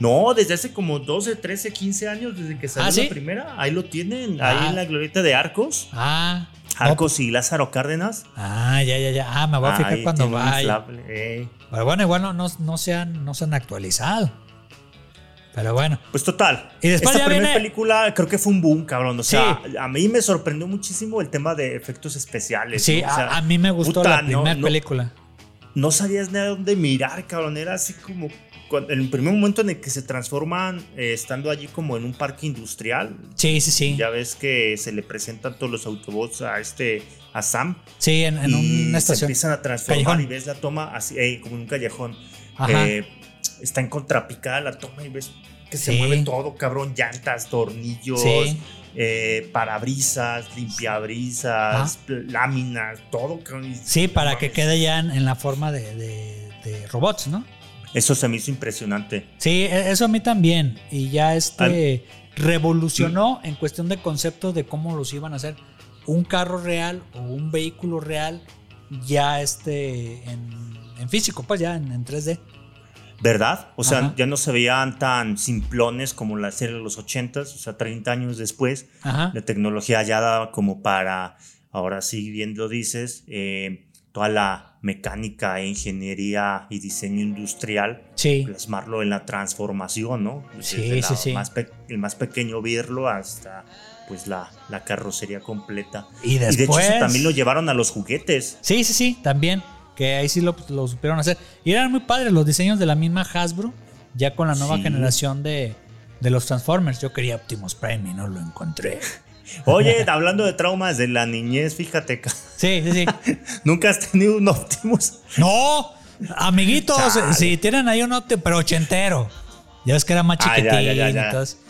S2: No, desde hace como 12, 13, 15 años, desde que salió
S1: ¿Ah, sí?
S2: la primera. Ahí lo tienen,
S1: Ah.
S2: ahí en la glorieta de Arcos.
S1: Ah, no,
S2: Arcos y Lázaro Cárdenas.
S1: ah, ya, ya, ya. Ah, me voy a fijar
S2: Ahí
S1: cuando
S2: tiene un
S1: vaya.
S2: inflable, eh.
S1: Pero bueno, igual no, no, no se han, no se han actualizado. Pero bueno.
S2: Pues total.
S1: Y después ya
S2: esta primera
S1: viene-
S2: película creo que fue un boom, cabrón. O sea, a mí me sorprendió muchísimo el tema de efectos especiales.
S1: Sí,
S2: ¿no? O sea,
S1: a, a mí me gustó
S2: puta,
S1: la
S2: no,
S1: primera
S2: no-
S1: película.
S2: no sabías ni a dónde mirar, cabrón. Era así como. cuando- en el primer momento en el que se transforman, eh, estando allí como en un parque industrial,
S1: Sí, sí, sí.
S2: ya ves que se le presentan todos los autobots a este, a Sam.
S1: Sí, en, en
S2: y
S1: una
S2: se
S1: estación.
S2: empiezan a transformar
S1: Callejón.
S2: y ves la toma así, eh, como en un callejón.
S1: Ajá.
S2: Eh, está en contrapicada la toma y ves que se
S1: Sí.
S2: mueve todo, cabrón. Llantas, tornillos,
S1: sí.
S2: eh, parabrisas, limpiabrisas, pl- láminas, todo. cabrón. Y-
S1: Sí, para
S2: no
S1: que
S2: mames.
S1: quede ya en, en la forma de, de- de robots, ¿no?
S2: Eso se me hizo impresionante.
S1: Sí, e- eso a mí también. Y ya este revolucionó en cuestión de conceptos de cómo los iban a hacer un carro real o un vehículo real ya este en, en físico, pues ya en, en 3D.
S2: ¿Verdad? O sea,
S1: Ajá.
S2: ya no se veían tan simplones como la serie de los 80s, o sea, 30 años después.
S1: Ajá.
S2: La tecnología ya daba como para, ahora sí bien lo dices, eh, toda la mecánica, e ingeniería y diseño industrial,
S1: Sí,
S2: plasmarlo en la transformación, ¿no?
S1: Sí,
S2: Desde la
S1: sí, sí.
S2: más pe- el más pequeño virlo hasta pues la, la carrocería completa.
S1: y
S2: Y de hecho
S1: después.
S2: eso también lo llevaron a los juguetes.
S1: sí, sí, sí, también. Que ahí sí lo, lo supieron hacer. Y eran muy padres los diseños de la misma Hasbro, ya con la nueva
S2: Sí.
S1: generación de, de los Transformers. Yo quería Optimus Prime y no lo encontré.
S2: Oye, hablando de traumas de la niñez, fíjate, ca-
S1: Sí, sí, sí.
S2: nunca has tenido un Optimus.
S1: No, amiguitos,
S2: Chale.
S1: si tienen ahí un opti, pero ochentero. Ya ves que era más
S2: Ah,
S1: chiquitín,
S2: ya, ya, ya, ya.
S1: entonces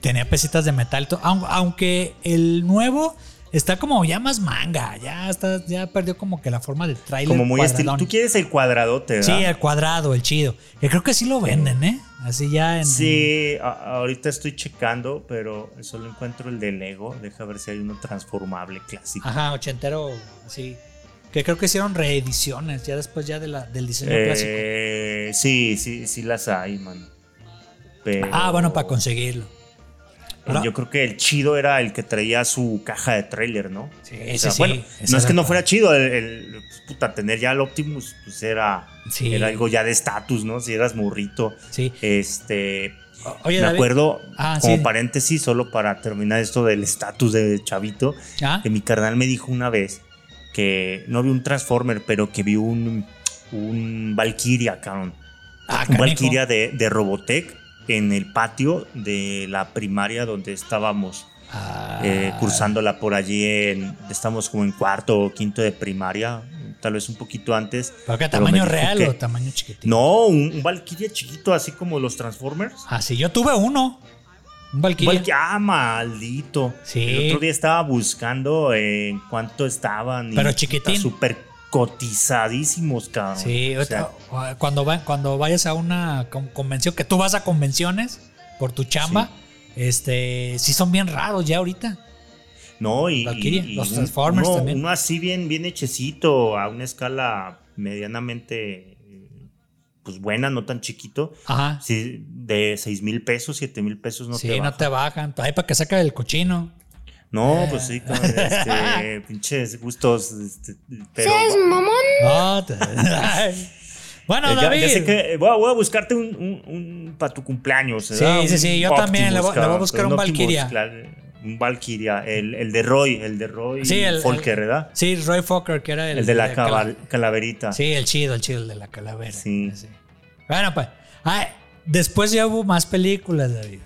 S1: tenía pesitas de metal. to- aun- Aunque el nuevo está como ya más manga, ya está, ya perdió como que la forma de trailer.
S2: Como muy estilo.
S1: cuadradón.
S2: Tú quieres el cuadradote, ¿verdad?
S1: Sí, el cuadrado, el chido. Que creo que sí lo venden, ¿eh? Así ya en.
S2: Sí, a- ahorita estoy checando, pero solo encuentro el de Lego. Deja ver si hay uno transformable clásico.
S1: Ajá, ochentero, así. Que creo que hicieron reediciones ya después ya de la, del diseño clásico.
S2: Eh, sí, sí, sí las hay, man. Pero-
S1: Ah, bueno, para conseguirlo. ¿verdad?
S2: Yo creo que el chido era el que traía su caja de trailer, ¿no?
S1: Sí,
S2: O sea,
S1: sí, sí.
S2: bueno,
S1: Ese
S2: no es
S1: era
S2: que no
S1: padre.
S2: fuera chido, el, el- pues, puta, tener ya el Optimus, pues era,
S1: Sí.
S2: era algo ya de estatus, ¿no? Si eras morrito.
S1: Sí.
S2: Este,
S1: O- Oye,
S2: me
S1: David.
S2: acuerdo,
S1: Ah,
S2: como
S1: sí.
S2: paréntesis, solo para terminar esto del estatus de chavito,
S1: Ah,
S2: que mi carnal me dijo una vez que no vi un Transformer, pero que vi un, un Valkyria, cabrón.
S1: ah,
S2: un
S1: canijo.
S2: Valkyria de, de Robotech en el patio de la primaria donde estábamos
S1: Ah,
S2: eh, cursándola por allí. en- estamos como en cuarto o quinto de primaria, tal vez un poquito antes.
S1: ¿Pero qué
S2: pero me
S1: tamaño
S2: dijo
S1: real
S2: que-
S1: o tamaño chiquitito?
S2: No, un, un Valkyria chiquito, así como los Transformers.
S1: Ah, sí, yo tuve uno. Un Valkyria.
S2: Valky- ah, maldito.
S1: Sí.
S2: El otro día estaba buscando eh, en cuánto estaban. y,
S1: Pero
S2: puta,
S1: chiquitín.
S2: Súper cotizadísimos, cabrón.
S1: Sí,
S2: O sea,
S1: o- o- cuando, va, cuando vayas a una con- convención, que tú vas a convenciones por tu chamba, este, sí son bien raros ya ahorita.
S2: no, y,
S1: Valkyria,
S2: y- y
S1: los
S2: un-
S1: Transformers
S2: uno,
S1: también.
S2: uno así bien, bien hechecito, a una escala medianamente eh, pues buena, no tan chiquito.
S1: Ajá.
S2: Sí, de 6 mil pesos, 7 mil pesos no
S1: sí,
S2: te
S1: no
S2: baja.
S1: te bajan. Ahí para que saca el cochino.
S2: No, pues sí, con este, pinches gustos. este, pero,
S3: ¿Seas mamón?
S1: No, te- bueno,
S2: Eh, ya-
S1: David.
S2: ya sé que eh, voy a, voy a buscarte un, para tu cumpleaños.
S1: Sí,
S2: ¿verdad?
S1: sí,
S2: Un
S1: sí, yo también le voy- le voy a
S2: cabrón,
S1: buscar
S2: pero
S1: un Valkyria.
S2: claro, un Valkyria, el, el de Roy, el de Roy
S1: Sí, el-
S2: Folker, ¿verdad?
S1: Sí, Roy Fokker, que era
S2: El,
S1: el,
S2: de la
S1: el
S2: cabal- calaverita.
S1: Sí, el chido, el chido, el de la calavera.
S2: Sí.
S1: Ese. Bueno, pues. ah, después ya hubo más películas, David.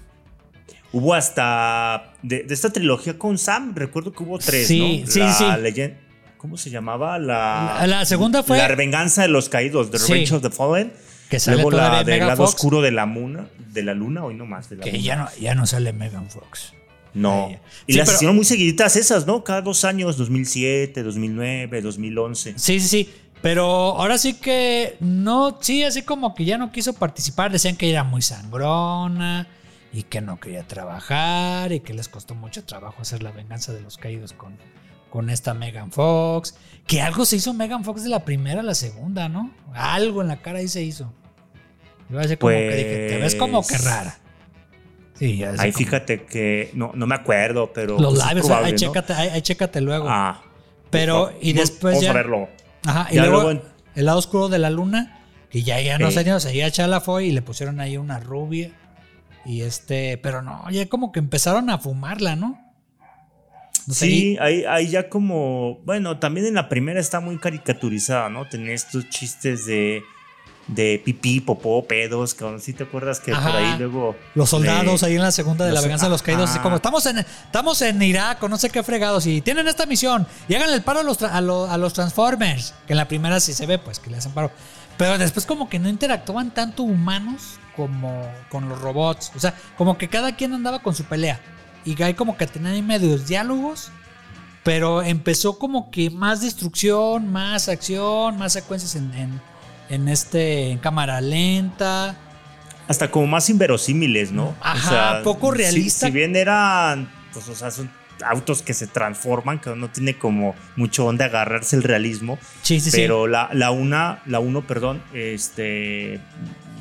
S2: Hubo hasta. De, de esta trilogía con Sam, recuerdo que hubo tres,
S1: Sí,
S2: ¿no?
S1: sí,
S2: la
S1: sí.
S2: leyen- ¿Cómo se llamaba? La,
S1: La- la segunda fue-
S2: La venganza de los caídos, The
S1: Sí.
S2: Revenge of the Fallen.
S1: Que sale
S2: Luego
S1: todavía
S2: la del
S1: Megan
S2: lado
S1: Fox.
S2: oscuro de la luna, de la luna, hoy no más. De la
S1: Que
S2: luna.
S1: ya no, ya no sale Megan Fox.
S2: No.
S1: Sí,
S2: Y
S1: sí,
S2: las
S1: pero-
S2: hicieron muy seguiditas esas, ¿no? Cada dos años, 2007, 2009, 2011.
S1: Sí, sí, sí. Pero ahora sí que no, sí, así como que ya no quiso participar. Decían que era muy sangrona y que no quería trabajar y que les costó mucho trabajo hacer la venganza de los caídos con, con esta Megan Fox. Que algo se hizo Megan Fox de la primera a la segunda, ¿no? Algo en la cara ahí se hizo. Yo así como que dije, te ves como que
S2: Pues-
S1: rara. Sí, ya así
S2: Ahí
S1: como-
S2: fíjate que no, no me acuerdo, pero.
S1: Los
S2: pues, es
S1: labios, ahí-
S2: probable,
S1: ahí,
S2: ¿no?
S1: chécate, ahí- ahí chécate luego.
S2: Ah.
S1: Pero, y
S2: Vamos-
S1: después
S2: Vamos
S1: ya-
S2: a verlo.
S1: Ajá, y
S2: Ya
S1: luego,
S2: luego en-
S1: el lado oscuro de la luna, que ya, ya no
S2: Ey.
S1: salió, seguía Chalafoy y le pusieron ahí una rubia. Y este, pero no, ya como que empezaron a fumarla, ¿no? No sé,
S2: Sí, ahí, ahí ya como, bueno, también en la primera está muy caricaturizada, ¿no? Tenía estos chistes de, de pipí, popó, pedos, cabrón, si te acuerdas que por
S1: Ajá.
S2: ahí luego...
S1: Los soldados
S2: le-
S1: ahí en la segunda de la
S2: los-
S1: venganza de los caídos, así
S2: ajá.
S1: como estamos en, estamos en Irak o no sé qué fregados y tienen esta misión y hagan el paro a los, tra- a, lo- a los Transformers, que en la primera sí se ve, pues que le hacen paro. Pero después como que no interactuaban tanto humanos como con los robots, o sea, como que cada quien andaba con su pelea y hay como que tenían ahí medios diálogos, pero empezó como que más destrucción, más acción, más secuencias en, en, en este, en cámara lenta.
S2: Hasta como más inverosímiles, ¿no?
S1: Ajá, poco
S2: si-
S1: realista.
S2: Si, bien eran, pues, o sea, son autos que se transforman, que no tiene como mucho onda agarrarse el realismo,
S1: Sí, sí, sí.
S2: pero La, la una, la uno, perdón, este,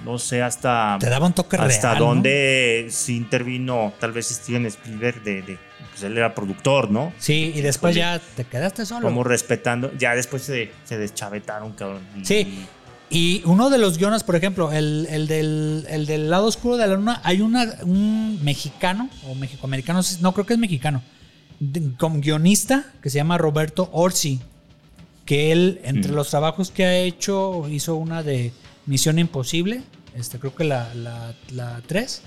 S2: no sé, hasta...
S1: te daba un toque real.
S2: hasta
S1: ¿no?
S2: dónde sí intervino tal vez Steven Spielberg de, de- pues él era productor, ¿no?
S1: Sí, y después
S2: Híjole.
S1: ya te quedaste solo.
S2: Como respetando, ya después se, se deschavetaron, cabrón. y-
S1: Sí. Y uno de los guiones, por ejemplo, el, el del, el del lado oscuro de la luna, hay una, un mexicano o mexicoamericano, no creo que es mexicano, de- con guionista que se llama Roberto Orsi, que él, entre
S2: Mm.
S1: los trabajos que ha hecho, hizo una de Misión Imposible, este, creo que la 3,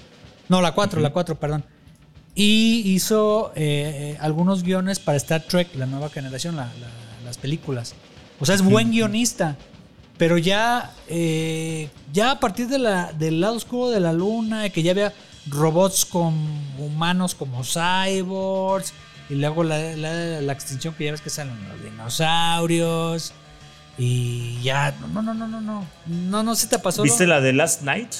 S1: no, la 4, la 4, perdón. Y hizo eh, eh, algunos guiones para Star Trek, la nueva generación, la- la- las películas. O sea, es buen guionista. Pero ya, eh, ya a partir de la, del lado oscuro de la luna, que ya había robots con humanos como cyborgs, y luego la, la- la extinción que ya ves que salen los dinosaurios, y ya, no, no, no, no, no, no, no, se te pasó.
S2: ¿Viste
S1: lo-
S2: la de Last Night?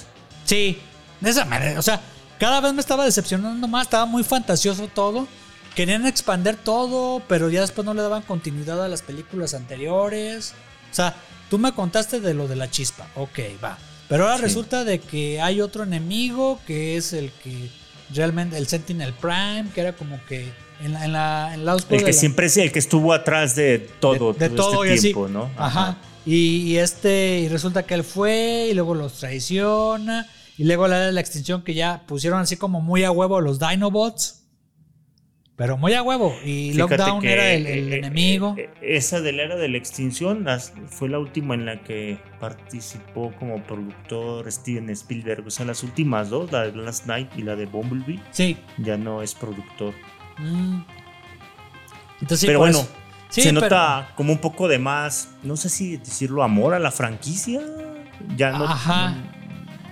S1: Sí, de esa manera, o sea, cada vez me estaba decepcionando más, estaba muy fantasioso todo, querían expander todo, pero ya después no le daban continuidad a las películas anteriores. O sea, tú me contaste de lo de la chispa. Ok, va. Pero ahora
S2: Sí.
S1: resulta de que hay otro enemigo que es el que realmente, el Sentinel Prime, que era como que en la, en la, en la oscura
S2: El
S1: de
S2: que
S1: la-
S2: siempre es el que estuvo atrás de todo,
S1: de, de
S2: todo,
S1: todo y
S2: este
S1: así.
S2: tiempo, ¿no?
S1: Ajá. Y, y este, y resulta que él fue, y luego los traiciona, y luego la de la extinción que ya pusieron así como muy a huevo los Dinobots. Pero muy a huevo. Y
S2: Fíjate
S1: Lockdown
S2: que,
S1: era el, el
S2: eh, eh,
S1: enemigo.
S2: eh, Esa de la era de la extinción las- fue la última en la que participó como productor Steven Spielberg. O sea, las últimas dos, la de Last Night y la de Bumblebee,
S1: sí.
S2: ya no es productor.
S1: Mm. Entonces, sí,
S2: pero
S1: por
S2: bueno,
S1: eso. Sí,
S2: se
S1: pero-
S2: nota como un poco de más, no sé si decirlo amor a la franquicia. Ya no.
S1: Ajá.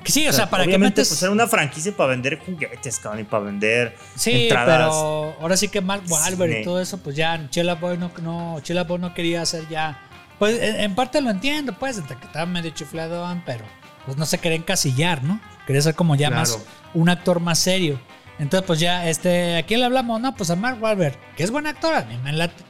S1: que sí, o sea, para que
S2: obviamente,
S1: metes.
S2: pues, era una franquicia para vender juguetes, cabrón, y para vender
S1: Sí,
S2: entradas.
S1: pero ahora sí que Mark Wahlberg y
S2: Cine.
S1: todo eso, pues ya Chela Boy no, no, Chela Boy no quería hacer ya. Pues en, en parte lo entiendo, pues, entre que estaba medio chiflado, pero pues no se quería encasillar, ¿no? Quería ser como ya más
S2: Claro.
S1: un actor más serio. Entonces, pues ya, este, ¿a quién le hablamos? No, pues a Mark Wahlberg, que es buen actor, a mí me late.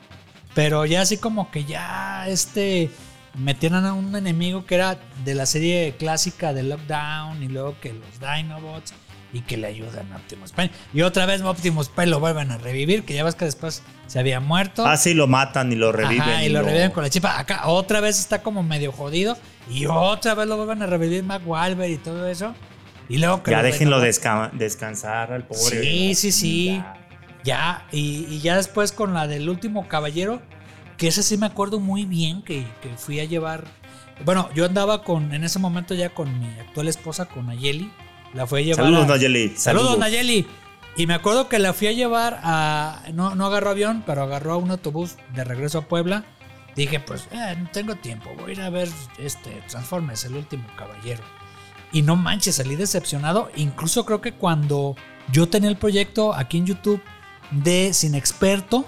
S1: Pero ya así como que ya, este, metieron a un enemigo que era de la serie clásica de Lockdown y luego que los Dinobots y que le ayudan a Optimus Prime. Y otra vez Optimus Prime lo vuelven a revivir, que ya ves que después se había muerto.
S2: Ah, sí, lo matan y lo reviven.
S1: Ajá, y lo reviven con la chipa. Acá otra vez está como medio jodido. Y otra vez lo vuelven a revivir Mac Wahlberg y todo eso. Y luego que
S2: Ya
S1: lo
S2: déjenlo
S1: renovan.
S2: desca- descansar al pobre.
S1: Sí, sí, sí.
S2: Ya.
S1: Ya, y, y ya después con la del último caballero, que esa sí me acuerdo muy bien que, que fui a llevar. Bueno, yo andaba con, en ese momento ya con mi actual esposa, con Nayeli. La fui a llevar.
S2: Saludos,
S1: a-
S2: Nayeli.
S1: Saludos,
S2: Saludos,
S1: Nayeli. Y me acuerdo que la fui a llevar a. No, no agarró avión, pero agarró a un autobús de regreso a Puebla. Dije, pues, eh, no tengo tiempo, voy a ir a ver este Transformers, el último caballero. Y no manches, salí decepcionado. Incluso creo que cuando yo tenía el proyecto aquí en YouTube de Sin Experto,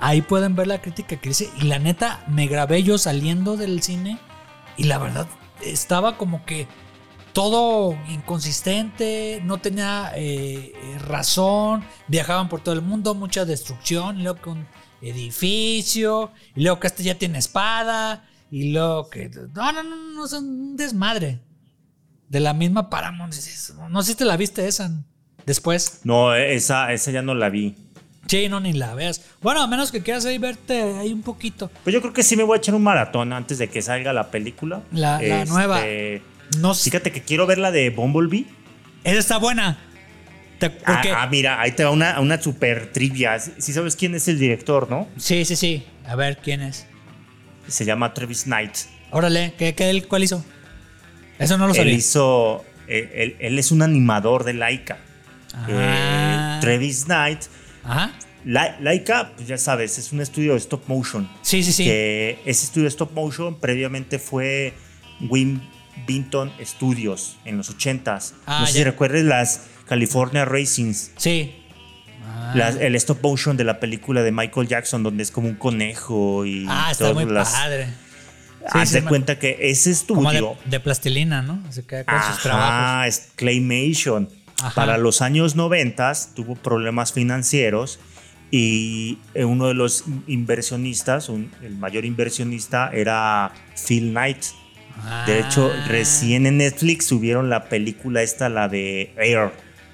S1: ahí pueden ver la crítica que hice. Y la neta, me grabé yo saliendo del cine y la verdad estaba como que todo inconsistente, no tenía eh, eh, razón, viajaban por todo el mundo, mucha destrucción, y luego que un edificio, y luego que este ya tiene espada, y luego que... No, no, no, no, es un desmadre. De la misma Paramount, dices, no sé si te la viste esa después.
S2: No, esa, esa ya no la vi.
S1: Sí, no, ni la veas. Bueno, a menos que quieras ahí verte ahí un poquito.
S2: Pues yo creo que sí me voy a echar un maratón antes de que salga la película. Este,
S1: La- la nueva. No sé.
S2: Fíjate que quiero ver la de Bumblebee.
S1: Esa está buena. Te-
S2: Ah,
S1: Porque,
S2: ah, mira, ahí te va una, una super trivia. Si sabes quién es el director, ¿no?
S1: sí, sí, sí. A ver, ¿quién es?
S2: Se llama Travis Knight.
S1: Órale, ¿qué, qué, él- ¿cuál hizo? Eso no lo
S2: Él
S1: sabía.
S2: hizo. Él, él- él es un animador de Laika. Eh,
S1: Ah.
S2: Travis Knight.
S1: Ajá.
S2: La- Laika, pues ya sabes, es un estudio de stop motion.
S1: Sí, sí, sí.
S2: Que ese estudio de stop motion previamente fue Wim Binton Studios en los 80s.
S1: Ah,
S2: no sé
S1: ya.
S2: si recuerdes las California Racings.
S1: Sí. Ah,
S2: la- el stop motion de la película de Michael Jackson, donde es como un conejo y
S1: Ah, está muy
S2: las-
S1: padre. Sí,
S2: Haz
S1: sí,
S2: de
S1: me-
S2: cuenta que ese
S1: Como de,
S2: estudio.
S1: de plastilina, ¿no? Se queda con sus trabajos.
S2: Ajá, es Claymation.
S1: Ajá.
S2: Para los años 90 tuvo problemas financieros y eh, uno de los inversionistas, un- el mayor inversionista, era Phil Knight. De hecho,
S1: Ah.
S2: recién en Netflix subieron la película esta, la de Air,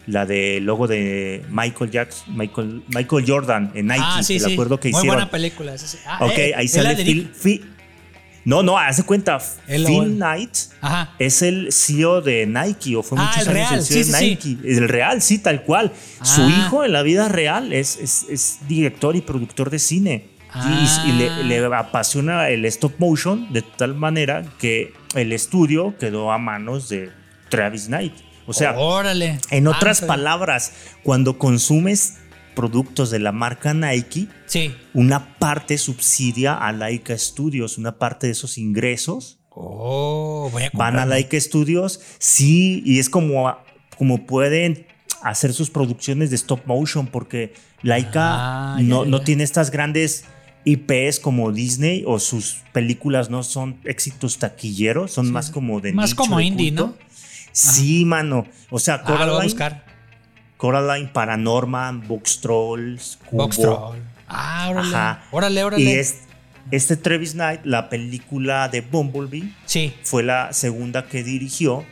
S2: la de logo de Michael Jackson, Michael, Michael Jordan en Nike.
S1: Ah, sí,
S2: que me
S1: sí.
S2: acuerdo que
S1: Muy
S2: hicieron.
S1: buena película. esa sí. Ah,
S2: ok,
S1: eh,
S2: ahí
S1: él
S2: sale
S1: la dirige.
S2: Phil, Phil- No, no, hace cuenta.
S1: Él la
S2: Phil
S1: buena.
S2: Knight
S1: Ajá.
S2: es el CEO de Nike o fue
S1: Ah,
S2: muchos
S1: el
S2: años
S1: real,
S2: el CEO
S1: sí,
S2: de
S1: sí,
S2: Nike. El real, sí, tal cual. Su
S1: Ah.
S2: hijo en la vida real es, es- es director y productor de cine. Y- Y,
S1: Ah.
S2: le, le apasiona el stop motion de tal manera que el estudio quedó a manos de Travis Knight. O sea,
S1: Oh. Órale.
S2: en
S1: Ah,
S2: otras
S1: no sabía.
S2: palabras, cuando consumes productos de la marca Nike,
S1: Sí.
S2: una parte subsidia a Laika Studios, una parte de esos ingresos
S1: Oh, voy a comprar.
S2: van a Like Studios, sí, y es como, ah, como pueden hacer sus producciones de stop motion, porque Laika
S1: Ah, ya,
S2: no,
S1: ya,
S2: no
S1: ya.
S2: tiene estas grandes IPs como Disney o sus películas no son éxitos taquilleros, son
S1: Sí,
S2: más
S1: sí.
S2: como de
S1: Más
S2: nicho,
S1: como
S2: de
S1: indie,
S2: culto.
S1: ¿no?
S2: Sí, mano. O sea,
S1: Ah, lo voy a
S2: Coraline,
S1: buscar.
S2: Coraline, Paranorman, Box Trolls, Cubo.
S1: Box Troll. Ah, órale.
S2: Ajá.
S1: Órale, órale.
S2: Y es, este Travis Knight, la película de Bumblebee,
S1: sí.
S2: fue la segunda que dirigió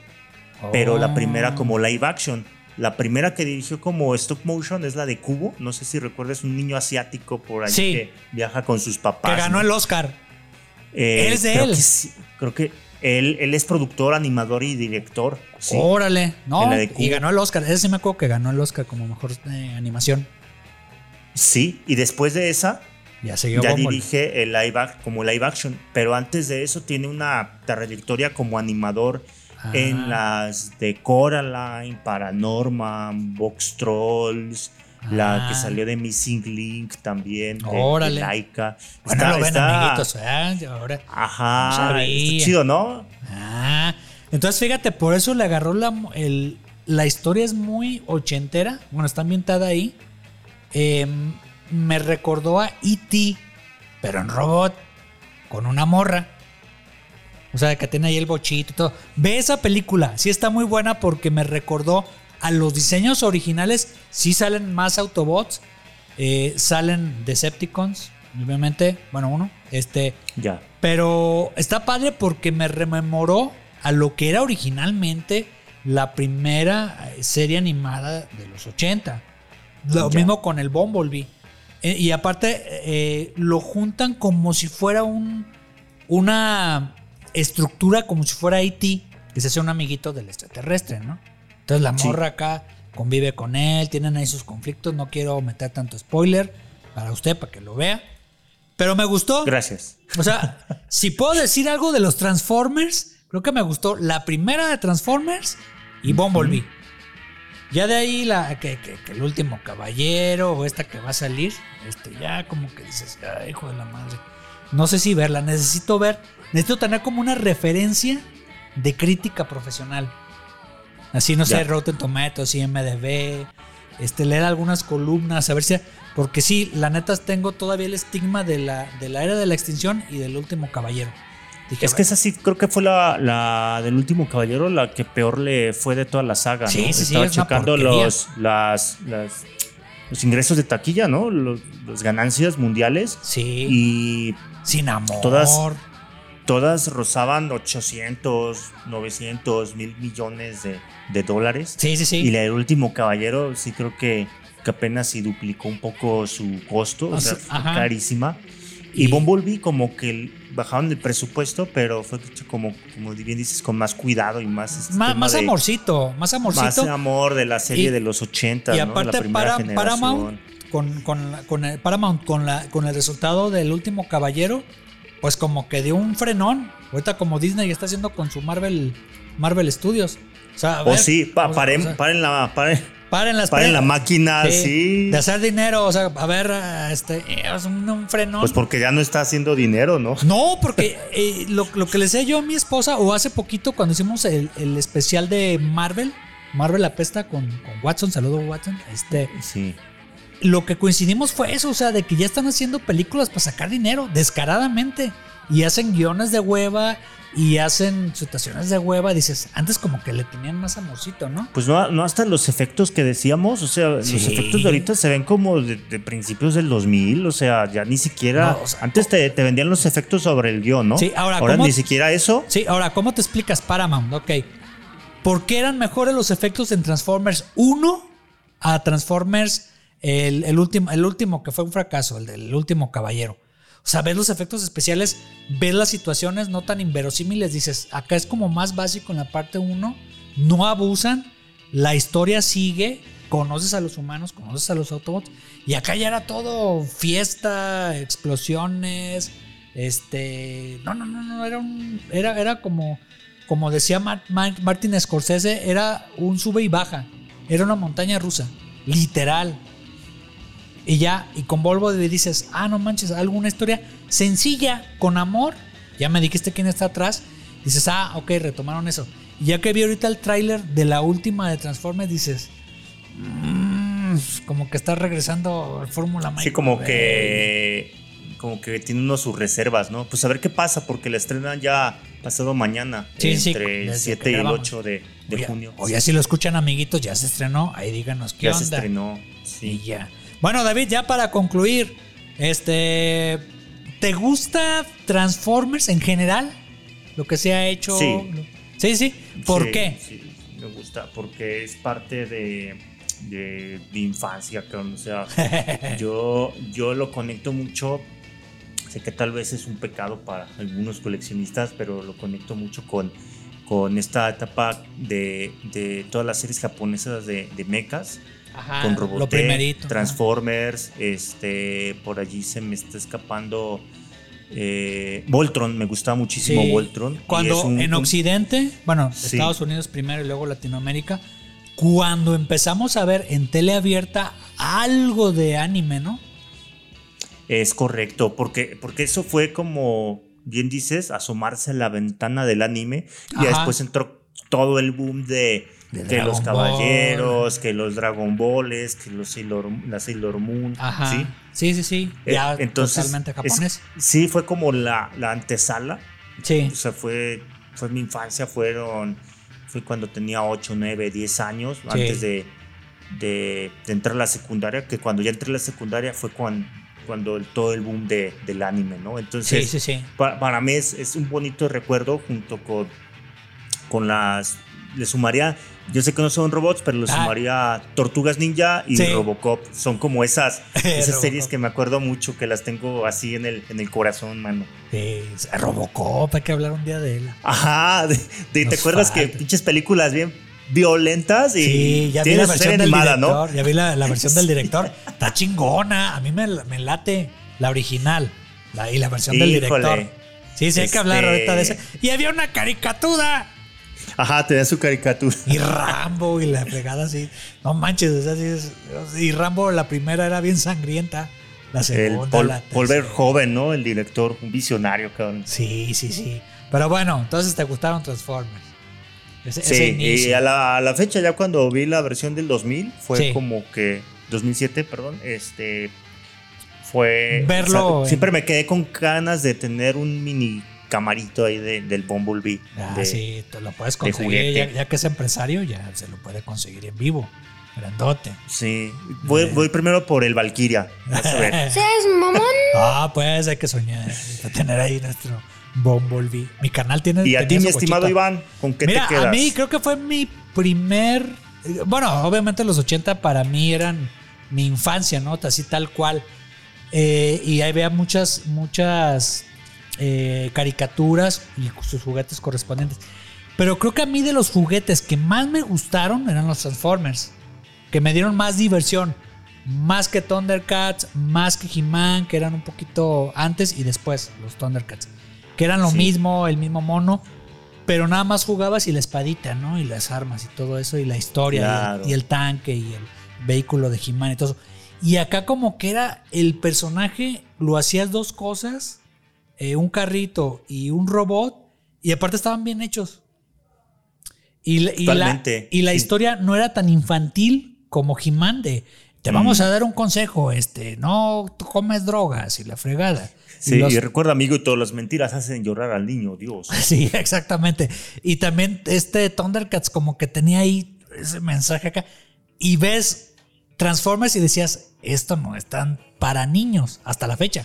S2: pero
S1: Oh.
S2: la primera como live action. La primera que dirigió como stop motion es la de Cubo. No sé si recuerdas un niño asiático por ahí
S1: Sí.
S2: que viaja con sus papás.
S1: Que ganó
S2: ¿no?
S1: el Oscar.
S2: Eh,
S1: él es de
S2: creo
S1: él.
S2: que sí, creo que él, él es productor, animador y director. Sí.
S1: Órale. No,
S2: En la de
S1: y
S2: Cuba.
S1: ganó el Oscar. Ese sí me acuerdo que ganó el Oscar como mejor eh, animación.
S2: sí. Y después de esa
S1: Ya siguió
S2: ya
S1: Bumble.
S2: dirige el live ac- como live action. Pero antes de eso tiene una trayectoria como animador
S1: Ah.
S2: en las de Coraline, Paranorman, Box Trolls, la
S1: Ah.
S2: que salió de Missing Link también, de,
S1: Órale.
S2: de Laika.
S1: Bueno,
S2: Está-
S1: lo ven,
S2: está-
S1: amiguitos. ¿eh? Ahora. No
S2: Ajá,
S1: sabía.
S2: está chido, ¿no?
S1: Ah, entonces fíjate, por eso le agarró la, el- la historia es muy ochentera. Bueno, está ambientada ahí. Eh, me recordó a E.T., pero en robot, con una morra. O sea, que tiene ahí el bochito y todo. Ve esa película, sí está muy buena porque me recordó a los diseños originales. Sí salen más Autobots, eh, salen Decepticons, obviamente. Bueno, uno. Este,
S2: Ya.
S1: pero está padre porque me rememoró a lo que era originalmente la primera eh, serie animada de los 80. Lo
S2: Ya.
S1: mismo con el Bumblebee. Eh, y aparte eh, lo juntan como si fuera un, una estructura, como si fuera IT, que se hace un amiguito del extraterrestre, ¿no? Entonces la
S2: Sí.
S1: morra acá convive con él, tienen ahí sus conflictos, no quiero meter tanto spoiler para usted, para que lo vea. Pero me gustó.
S2: Gracias.
S1: O sea, si puedo decir algo de los Transformers, creo que me gustó la primera de Transformers y Bumblebee. Ya de ahí la que, que- que el último caballero o esta que va a salir, este ya como que dices, "Ay, hijo de la madre. No sé si verla, necesito ver, necesito tener como una referencia de crítica profesional. Así, no sé,
S2: Ya.
S1: Rotten Tomatoes, IMDB, este, leer algunas columnas, a ver si... Porque sí, la neta tengo todavía el estigma de la, de la era de la extinción y del último caballero. Dije,
S2: Es que
S1: "Bueno,
S2: esa sí, creo que fue la, la del último caballero, la que peor le fue de toda la saga, ¿no?
S1: Sí, sí, sí,
S2: Estaba
S1: es una
S2: checando
S1: porquería.
S2: los, las, las- los ingresos de taquilla, ¿no? Los- las ganancias mundiales.
S1: Sí,
S2: Y
S1: sin amor.
S2: todas- todas rozaban 800, 900, mil millones de, de dólares.
S1: Sí, sí, sí.
S2: Y la del último caballero, sí creo que, que apenas sí duplicó un poco su costo, o
S1: O
S2: sea,
S1: sea,
S2: fue
S1: Ah, ajá.
S2: carísima. Y Bumblebee como que el- bajaron el presupuesto, pero fue hecho como, como bien dices, con más cuidado y más... este
S1: Más,
S2: tema
S1: más
S2: de-
S1: amorcito, más amorcito.
S2: Más amor de la serie
S1: Y-
S2: de los 80,
S1: Y
S2: ¿no? De
S1: aparte
S2: la primera
S1: para,
S2: generación.
S1: Paramount con, con, la- con el Paramount con la con el resultado del último caballero, pues como que dio un frenón. Ahorita como Disney está haciendo con su Marvel Marvel Studios. O sea, a
S2: O
S1: ver,
S2: sí, pa-
S1: vamos a-
S2: paren,
S1: o sea,
S2: paren la... Paren,
S1: paren las
S2: paren la
S1: pre-
S2: máquina,
S1: de-
S2: Ah, sí.
S1: De hacer dinero, o sea, a ver, eh, este, eh, es un, un frenón.
S2: Pues porque ya no está haciendo dinero, ¿no?
S1: No, porque eh, lo, lo que le decía yo a mi esposa, o hace poquito cuando hicimos el, el especial de Marvel, Marvel apesta con, con Watson, saludo Watson, este,
S2: Sí.
S1: lo que coincidimos fue eso, o sea, de que ya están haciendo películas para sacar dinero, descaradamente, y hacen guiones de hueva, y hacen situaciones de hueva, dices, antes como que le tenían más amorcito, ¿no?
S2: Pues no, no hasta los efectos que decíamos, o sea,
S1: Sí.
S2: los efectos de ahorita se ven como de, de principios del 2000, o sea, ya ni siquiera...
S1: No, o sea,
S2: antes te, te vendían los efectos sobre el guión, ¿no?
S1: Sí, ahora,
S2: ahora
S1: ¿cómo-
S2: ni siquiera eso.
S1: Sí, ahora, ¿cómo te explicas Paramount? Ok. ¿Por qué eran mejores los efectos en Transformers 1 a Transformers el, el último, el último que fue un fracaso, el del último caballero? O sea, ves los efectos especiales, ves las situaciones no tan inverosímiles, dices, acá es como más básico en la parte 1, no abusan, la historia sigue, conoces a los humanos, conoces a los Autobots, y acá ya era todo fiesta, explosiones, este, no, no, no, no, era un, era, era como, como decía Mar- Mar- Martin Scorsese, era un sube y baja, era una montaña rusa, literal. Y ya, y con Volvo le dices, ah, no manches, alguna historia sencilla, con amor, ya me dijiste quién está atrás, dices, ah, ok, retomaron eso. Y ya que vi ahorita el tráiler de la última de Transformers, dices, "Mm, como que está regresando al Fórmula
S2: Sí,
S1: Michael
S2: como
S1: Bay".
S2: que. Como que tiene uno sus reservas, ¿no? Pues a ver qué pasa, porque la estrenan ya pasado mañana.
S1: Sí, sí,
S2: entre el
S1: desde
S2: 7
S1: que
S2: y el
S1: grabamos.
S2: 8 de, de
S1: Oye,
S2: junio.
S1: O ya si lo escuchan, amiguitos, ya se estrenó. Ahí díganos qué
S2: Ya
S1: onda.
S2: se estrenó.
S1: Y
S2: Sí.
S1: ya. Bueno, David, ya para concluir, este. ¿Te gusta Transformers en general? Lo que se ha hecho.
S2: Sí.
S1: Sí, sí. ¿Por
S2: Sí,
S1: qué?
S2: sí, me gusta, porque es parte de, de mi infancia, cabrón, O sea, yo, yo lo conecto mucho. Sé que tal vez es un pecado para algunos coleccionistas, pero lo conecto mucho con, con esta etapa de, de todas las series japonesas de, de mechas.
S1: Ajá,
S2: con Robotech,
S1: Ah, lo primerito.
S2: Transformers, este, por allí se me está escapando eh, Voltron, me gustaba muchísimo
S1: Sí.
S2: Voltron. y
S1: Cuando
S2: es un-
S1: en
S2: un-
S1: Occidente, bueno,
S2: Sí.
S1: Estados Unidos primero y luego Latinoamérica, cuando empezamos a ver en tele abierta algo de anime, ¿no?
S2: Es correcto, porque, porque eso fue como, bien dices, asomarse a la ventana del anime y
S1: Ajá.
S2: después entró todo el boom de,
S1: De
S2: que los
S1: Dragon Ball.
S2: caballeros, que los Dragon Balls, que los Sailor, la Sailor Moon,
S1: Ajá.
S2: ¿sí?
S1: Sí, sí, sí.
S2: Eh,
S1: Ya
S2: entonces,
S1: totalmente
S2: es-
S1: japonés.
S2: Sí, fue como la, la antesala
S1: sí.
S2: O sea, fue, fue mi infancia, fueron, fue cuando tenía 8, 9, 10 años, antes de, de- de entrar a la secundaria, que cuando ya entré a la secundaria fue cuando, cuando el- todo el boom de, del anime, ¿no?
S1: Sí,
S2: Entonces,
S1: sí, sí.
S2: pa- Para, mí es, es un bonito recuerdo junto con, con las... Le sumaría, yo sé que no son robots, pero le
S1: Ah.
S2: sumaría Tortugas Ninja y
S1: Sí.
S2: Robocop. Son como esas, esas series
S1: Robocop.
S2: que me acuerdo mucho, que las tengo así en el, en el corazón, mano.
S1: Sí, Robocop, hay que hablar un día de él.
S2: Ajá, de- de-
S1: Nos
S2: ¿te acuerdas que
S1: falta.
S2: pinches películas bien violentas y
S1: Sí, ya vi
S2: tiene
S1: la
S2: su serie
S1: versión del
S2: animada, ¿no?
S1: director. Ya vi la, la versión del director. Está chingona. A mí me, me late la original la, y la versión del
S2: Híjole.
S1: director. Sí, sí, hay que hablar
S2: Este-
S1: ahorita de ese. Y había una caricatura.
S2: Ajá, tenía su caricatura.
S1: Y Rambo y la fregada así. No manches, o sea, sí es- Y Rambo, la primera era bien sangrienta. La
S2: El
S1: segunda,
S2: Paul,
S1: la
S2: Paul Ver
S1: tercera.
S2: joven, ¿no? El director, un visionario, cabrón.
S1: Sí, sí, sí. Pero bueno, entonces te gustaron Transformers. Ese, ese
S2: Sí, y
S1: inicio.
S2: a la, a la fecha, ya cuando vi la versión del 2000, fue
S1: Sí.
S2: como que. 2007, perdón, este. Fue.
S1: Verlo
S2: o sea,
S1: en-
S2: siempre me quedé con ganas de tener un mini camarito ahí de- del Bumblebee.
S1: Ah,
S2: de-
S1: sí, te lo puedes
S2: de
S1: conseguir. Ya,
S2: juguete.
S1: ya que es empresario, ya se lo puede conseguir en vivo. Grandote.
S2: sí. Voy,
S1: Eh.
S2: voy primero por el Valkyria. Vas a ver.
S3: ¿Seas mamón?
S1: Ah, pues hay que soñar. hay que Tener ahí nuestro Bumblebee. Mi canal tiene.
S2: Y a
S1: tenía
S2: ti, mi
S1: su
S2: estimado
S1: cochita.
S2: Iván, ¿con qué
S1: Mira,
S2: te quedas?
S1: a mí creo que fue mi primer. Bueno, obviamente los 80 para mí eran mi infancia, ¿no? Así tal cual. Eh, y ahí vea muchas, muchas eh, caricaturas y sus juguetes correspondientes. Pero creo que a mí de los juguetes que más me gustaron eran los Transformers. Que me dieron más diversión. Más que Thundercats, más que He-Man, que eran un poquito antes y después los Thundercats. Que eran lo
S2: Sí.
S1: mismo, el mismo mono. Pero nada más jugabas y la espadita, ¿no? Y las armas y todo eso. Y la historia. y el-
S2: Claro.
S1: Y, el, tanque y el vehículo de He-Man y todo eso. Y acá como que era el personaje, lo hacías dos cosas, eh, un carrito y un robot, y aparte estaban bien hechos. Y, la- y la,
S2: Totalmente,
S1: y la
S2: sí.
S1: historia no era tan infantil como He-Man de, te vamos
S2: Mm.
S1: a dar un consejo, este, no tú comes drogas y la fregada.
S2: Sí,
S1: y los-
S2: y recuerda, amigo, y todas las mentiras hacen llorar al niño, Dios.
S1: Sí, exactamente. Y también este Thundercats como que tenía ahí ese mensaje acá. Y ves Transformers y decías, esto no es tan para niños hasta la fecha.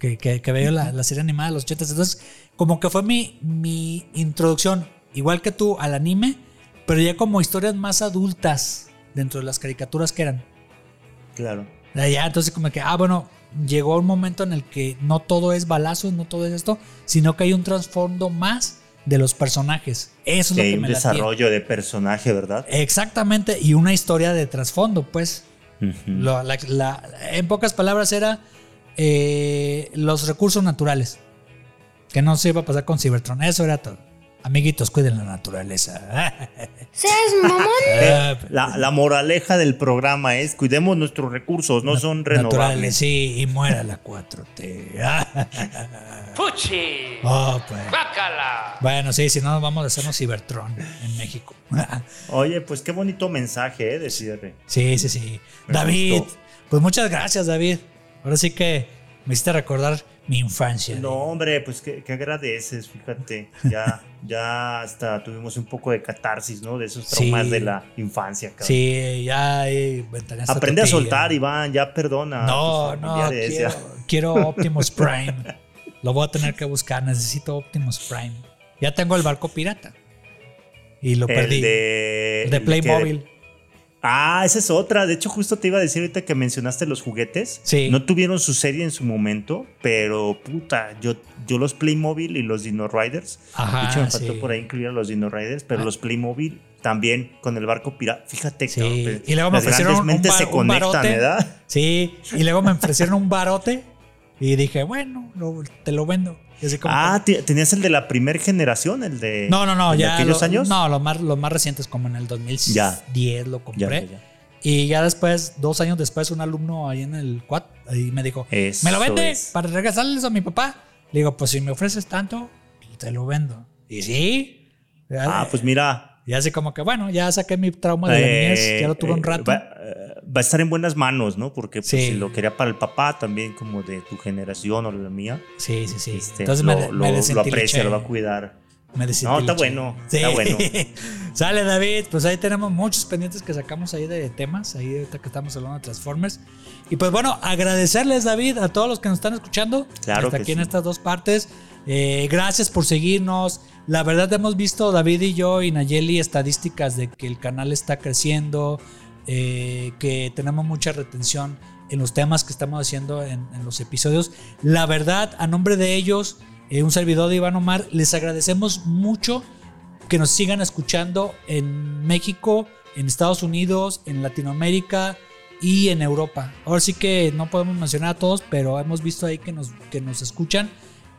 S1: Que, que, que veo la, la serie animada de los chetas. Entonces, como que fue mi, mi introducción, igual que tú, al anime, pero ya como historias más adultas dentro de las caricaturas que eran.
S2: Claro.
S1: Ya, Ya, entonces como que, ah, bueno, llegó un momento en el que no todo es balazos, no todo es esto, sino que hay un trasfondo más de los personajes. Eso es
S2: Que
S1: lo
S2: hay
S1: que
S2: un
S1: me latía.
S2: desarrollo de personaje, ¿verdad?
S1: Exactamente, y una historia de trasfondo, pues.
S2: Ujú.
S1: Lo- la- la- en pocas palabras era eh, los recursos naturales. Que no se iba a pasar con Cybertron, eso era todo. Amiguitos, cuiden la naturaleza.
S3: ¿Seas mamón?
S1: Ah,
S2: La, la moraleja del programa es cuidemos nuestros recursos, no son
S1: naturales,
S2: renovables.
S1: sí, y muera la 4T.
S6: Puchi.
S1: Oh, pues.
S6: Bácala.
S1: Bueno, sí, si no, vamos a hacernos Cibertron en México.
S2: Oye, pues qué bonito mensaje, ¿eh? De cierre.
S1: sí, sí, sí.
S2: Me
S1: David,
S2: gustó.
S1: pues muchas gracias, David. Ahora sí que me hiciste recordar mi infancia.
S2: No, hombre, pues que, agradeces, fíjate. Ya, ya hasta tuvimos un poco de catarsis, ¿no? De esos
S1: Sí.
S2: traumas de la infancia, cabrón.
S1: Sí, ya ahí ventaneaste
S2: Aprende a
S1: tu tía.
S2: soltar, Iván, ya perdona. a
S1: No,
S2: tus
S1: no,
S2: familiares,
S1: quiero,
S2: ya.
S1: quiero Optimus Prime. Lo voy a tener que buscar, necesito Optimus Prime. Ya tengo el barco pirata. Y lo
S2: El
S1: perdí.
S2: de,
S1: el de
S2: el que-
S1: Playmobil.
S2: Ah, esa es otra. De hecho, justo te iba a decir ahorita que mencionaste los juguetes.
S1: Sí.
S2: No tuvieron su serie en su momento, pero puta, yo, yo los Playmobil y los Dino Riders.
S1: Ajá,
S2: de hecho, me faltó
S1: sí.
S2: por ahí incluir a los Dino Riders, pero
S1: Ah.
S2: los Playmobil también con el barco pirata. Fíjate
S1: Sí,
S2: cabrón, pues,
S1: y luego me
S2: las
S1: ofrecieron
S2: grandes
S1: un
S2: mentes
S1: bar-
S2: se
S1: un
S2: conectan, ¿eh?
S1: barote.
S2: ¿verdad?
S1: Sí, y luego me ofrecieron un barote y dije, bueno, lo- te lo vendo. Y así como
S2: Ah, te- tenías el de la primera generación, el de.
S1: que- no, no, no,
S2: el de
S1: ya.
S2: aquellos
S1: lo-
S2: años.
S1: No, los más, los más recientes, como en el 2010 lo
S2: Ya,
S1: compré.
S2: ya, ya.
S1: Y ya después, dos años después, un alumno ahí en el quad ahí me dijo,
S2: Eso
S1: ¿me lo vendes
S2: es.
S1: para regresarles a mi papá? Le digo, pues si me ofreces tanto, te lo vendo. Y sí. Ya-
S2: Ah, pues mira.
S1: Y así como que, bueno, ya saqué mi trauma de la
S2: Eh,
S1: niñez, ya lo tuve un
S2: eh,
S1: rato.
S2: Va, eh, va a estar en buenas manos, ¿no? Porque pues,
S1: Sí.
S2: si lo quería para el papá también, como de tu generación o la mía,
S1: sí, sí, sí.
S2: este,
S1: Entonces
S2: lo,
S1: me,
S2: lo-
S1: me
S2: lo
S1: desentiliché.
S2: aprecia, lo va a cuidar.
S1: Me desentiliché.
S2: No, está bueno, está bueno.
S1: Sale David, pues ahí tenemos muchos pendientes que sacamos ahí de temas, ahí ahorita que estamos hablando de Transformers. Y pues bueno, agradecerles David a todos los que nos están escuchando.
S2: Claro
S1: Hasta
S2: que
S1: aquí en
S2: sí.
S1: estas dos partes. Eh, gracias por seguirnos. La verdad hemos visto David y yo y Nayeli estadísticas de que el canal está creciendo, eh, que tenemos mucha retención en los temas que estamos haciendo en, en los episodios. La verdad, a nombre de ellos, eh, un servidor de Iván Omar, les agradecemos mucho que nos sigan escuchando en México, en Estados Unidos, en Latinoamérica y en Europa. Ahora sí que no podemos mencionar a todos, pero hemos visto ahí que nos, que nos escuchan.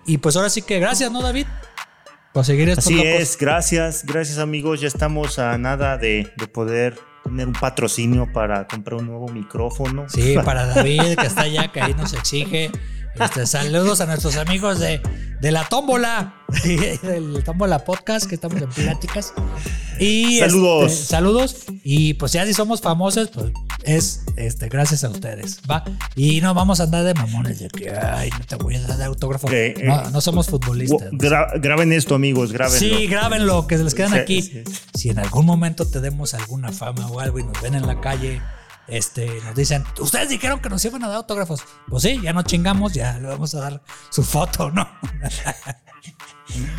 S1: Y pues ahora sí que gracias, ¿no, David? Por seguir estos
S2: Así
S1: locos.
S2: es, gracias, gracias amigos, ya estamos a nada de, de poder tener un patrocinio para comprar un nuevo micrófono.
S1: Sí, para David, que está allá, que ahí nos exige. Este, saludos a nuestros amigos de, de la tómbola, del tómbola podcast, que estamos en pláticas. Y
S2: Saludos.
S1: este, saludos. Y pues ya si somos famosos, pues es este, gracias a ustedes. ¿va? Y no vamos a andar de mamones, de que, ay, no te voy a dar autógrafo.
S2: Eh, eh.
S1: No, no somos
S2: Wo-
S1: futbolistas.
S2: gra- graben esto amigos, graben.
S1: Sí, grábenlo, que se les quedan
S2: Sí,
S1: aquí.
S2: sí, sí.
S1: Si en algún momento te demos alguna fama o algo y nos ven en la calle, este, nos dicen, ustedes dijeron que nos iban a dar autógrafos. Pues sí, ya no chingamos, ya le vamos a dar su foto, ¿no?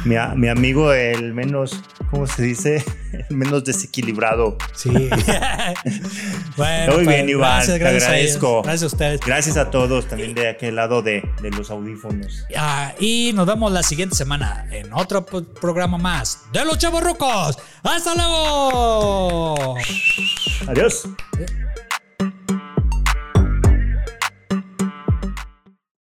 S2: Mi, a- mi amigo, el menos, ¿cómo se dice? El menos desequilibrado.
S1: Sí. bueno,
S2: Muy
S1: pues,
S2: bien, Iván, te
S1: a ellos,
S2: agradezco.
S1: gracias a ustedes.
S2: Gracias a todos también de aquel lado de, de los audífonos.
S1: Ah, y nos vemos la siguiente semana en otro po- programa más de los Chavos Rucos. ¡Hasta luego!
S2: Adiós.
S1: Eh,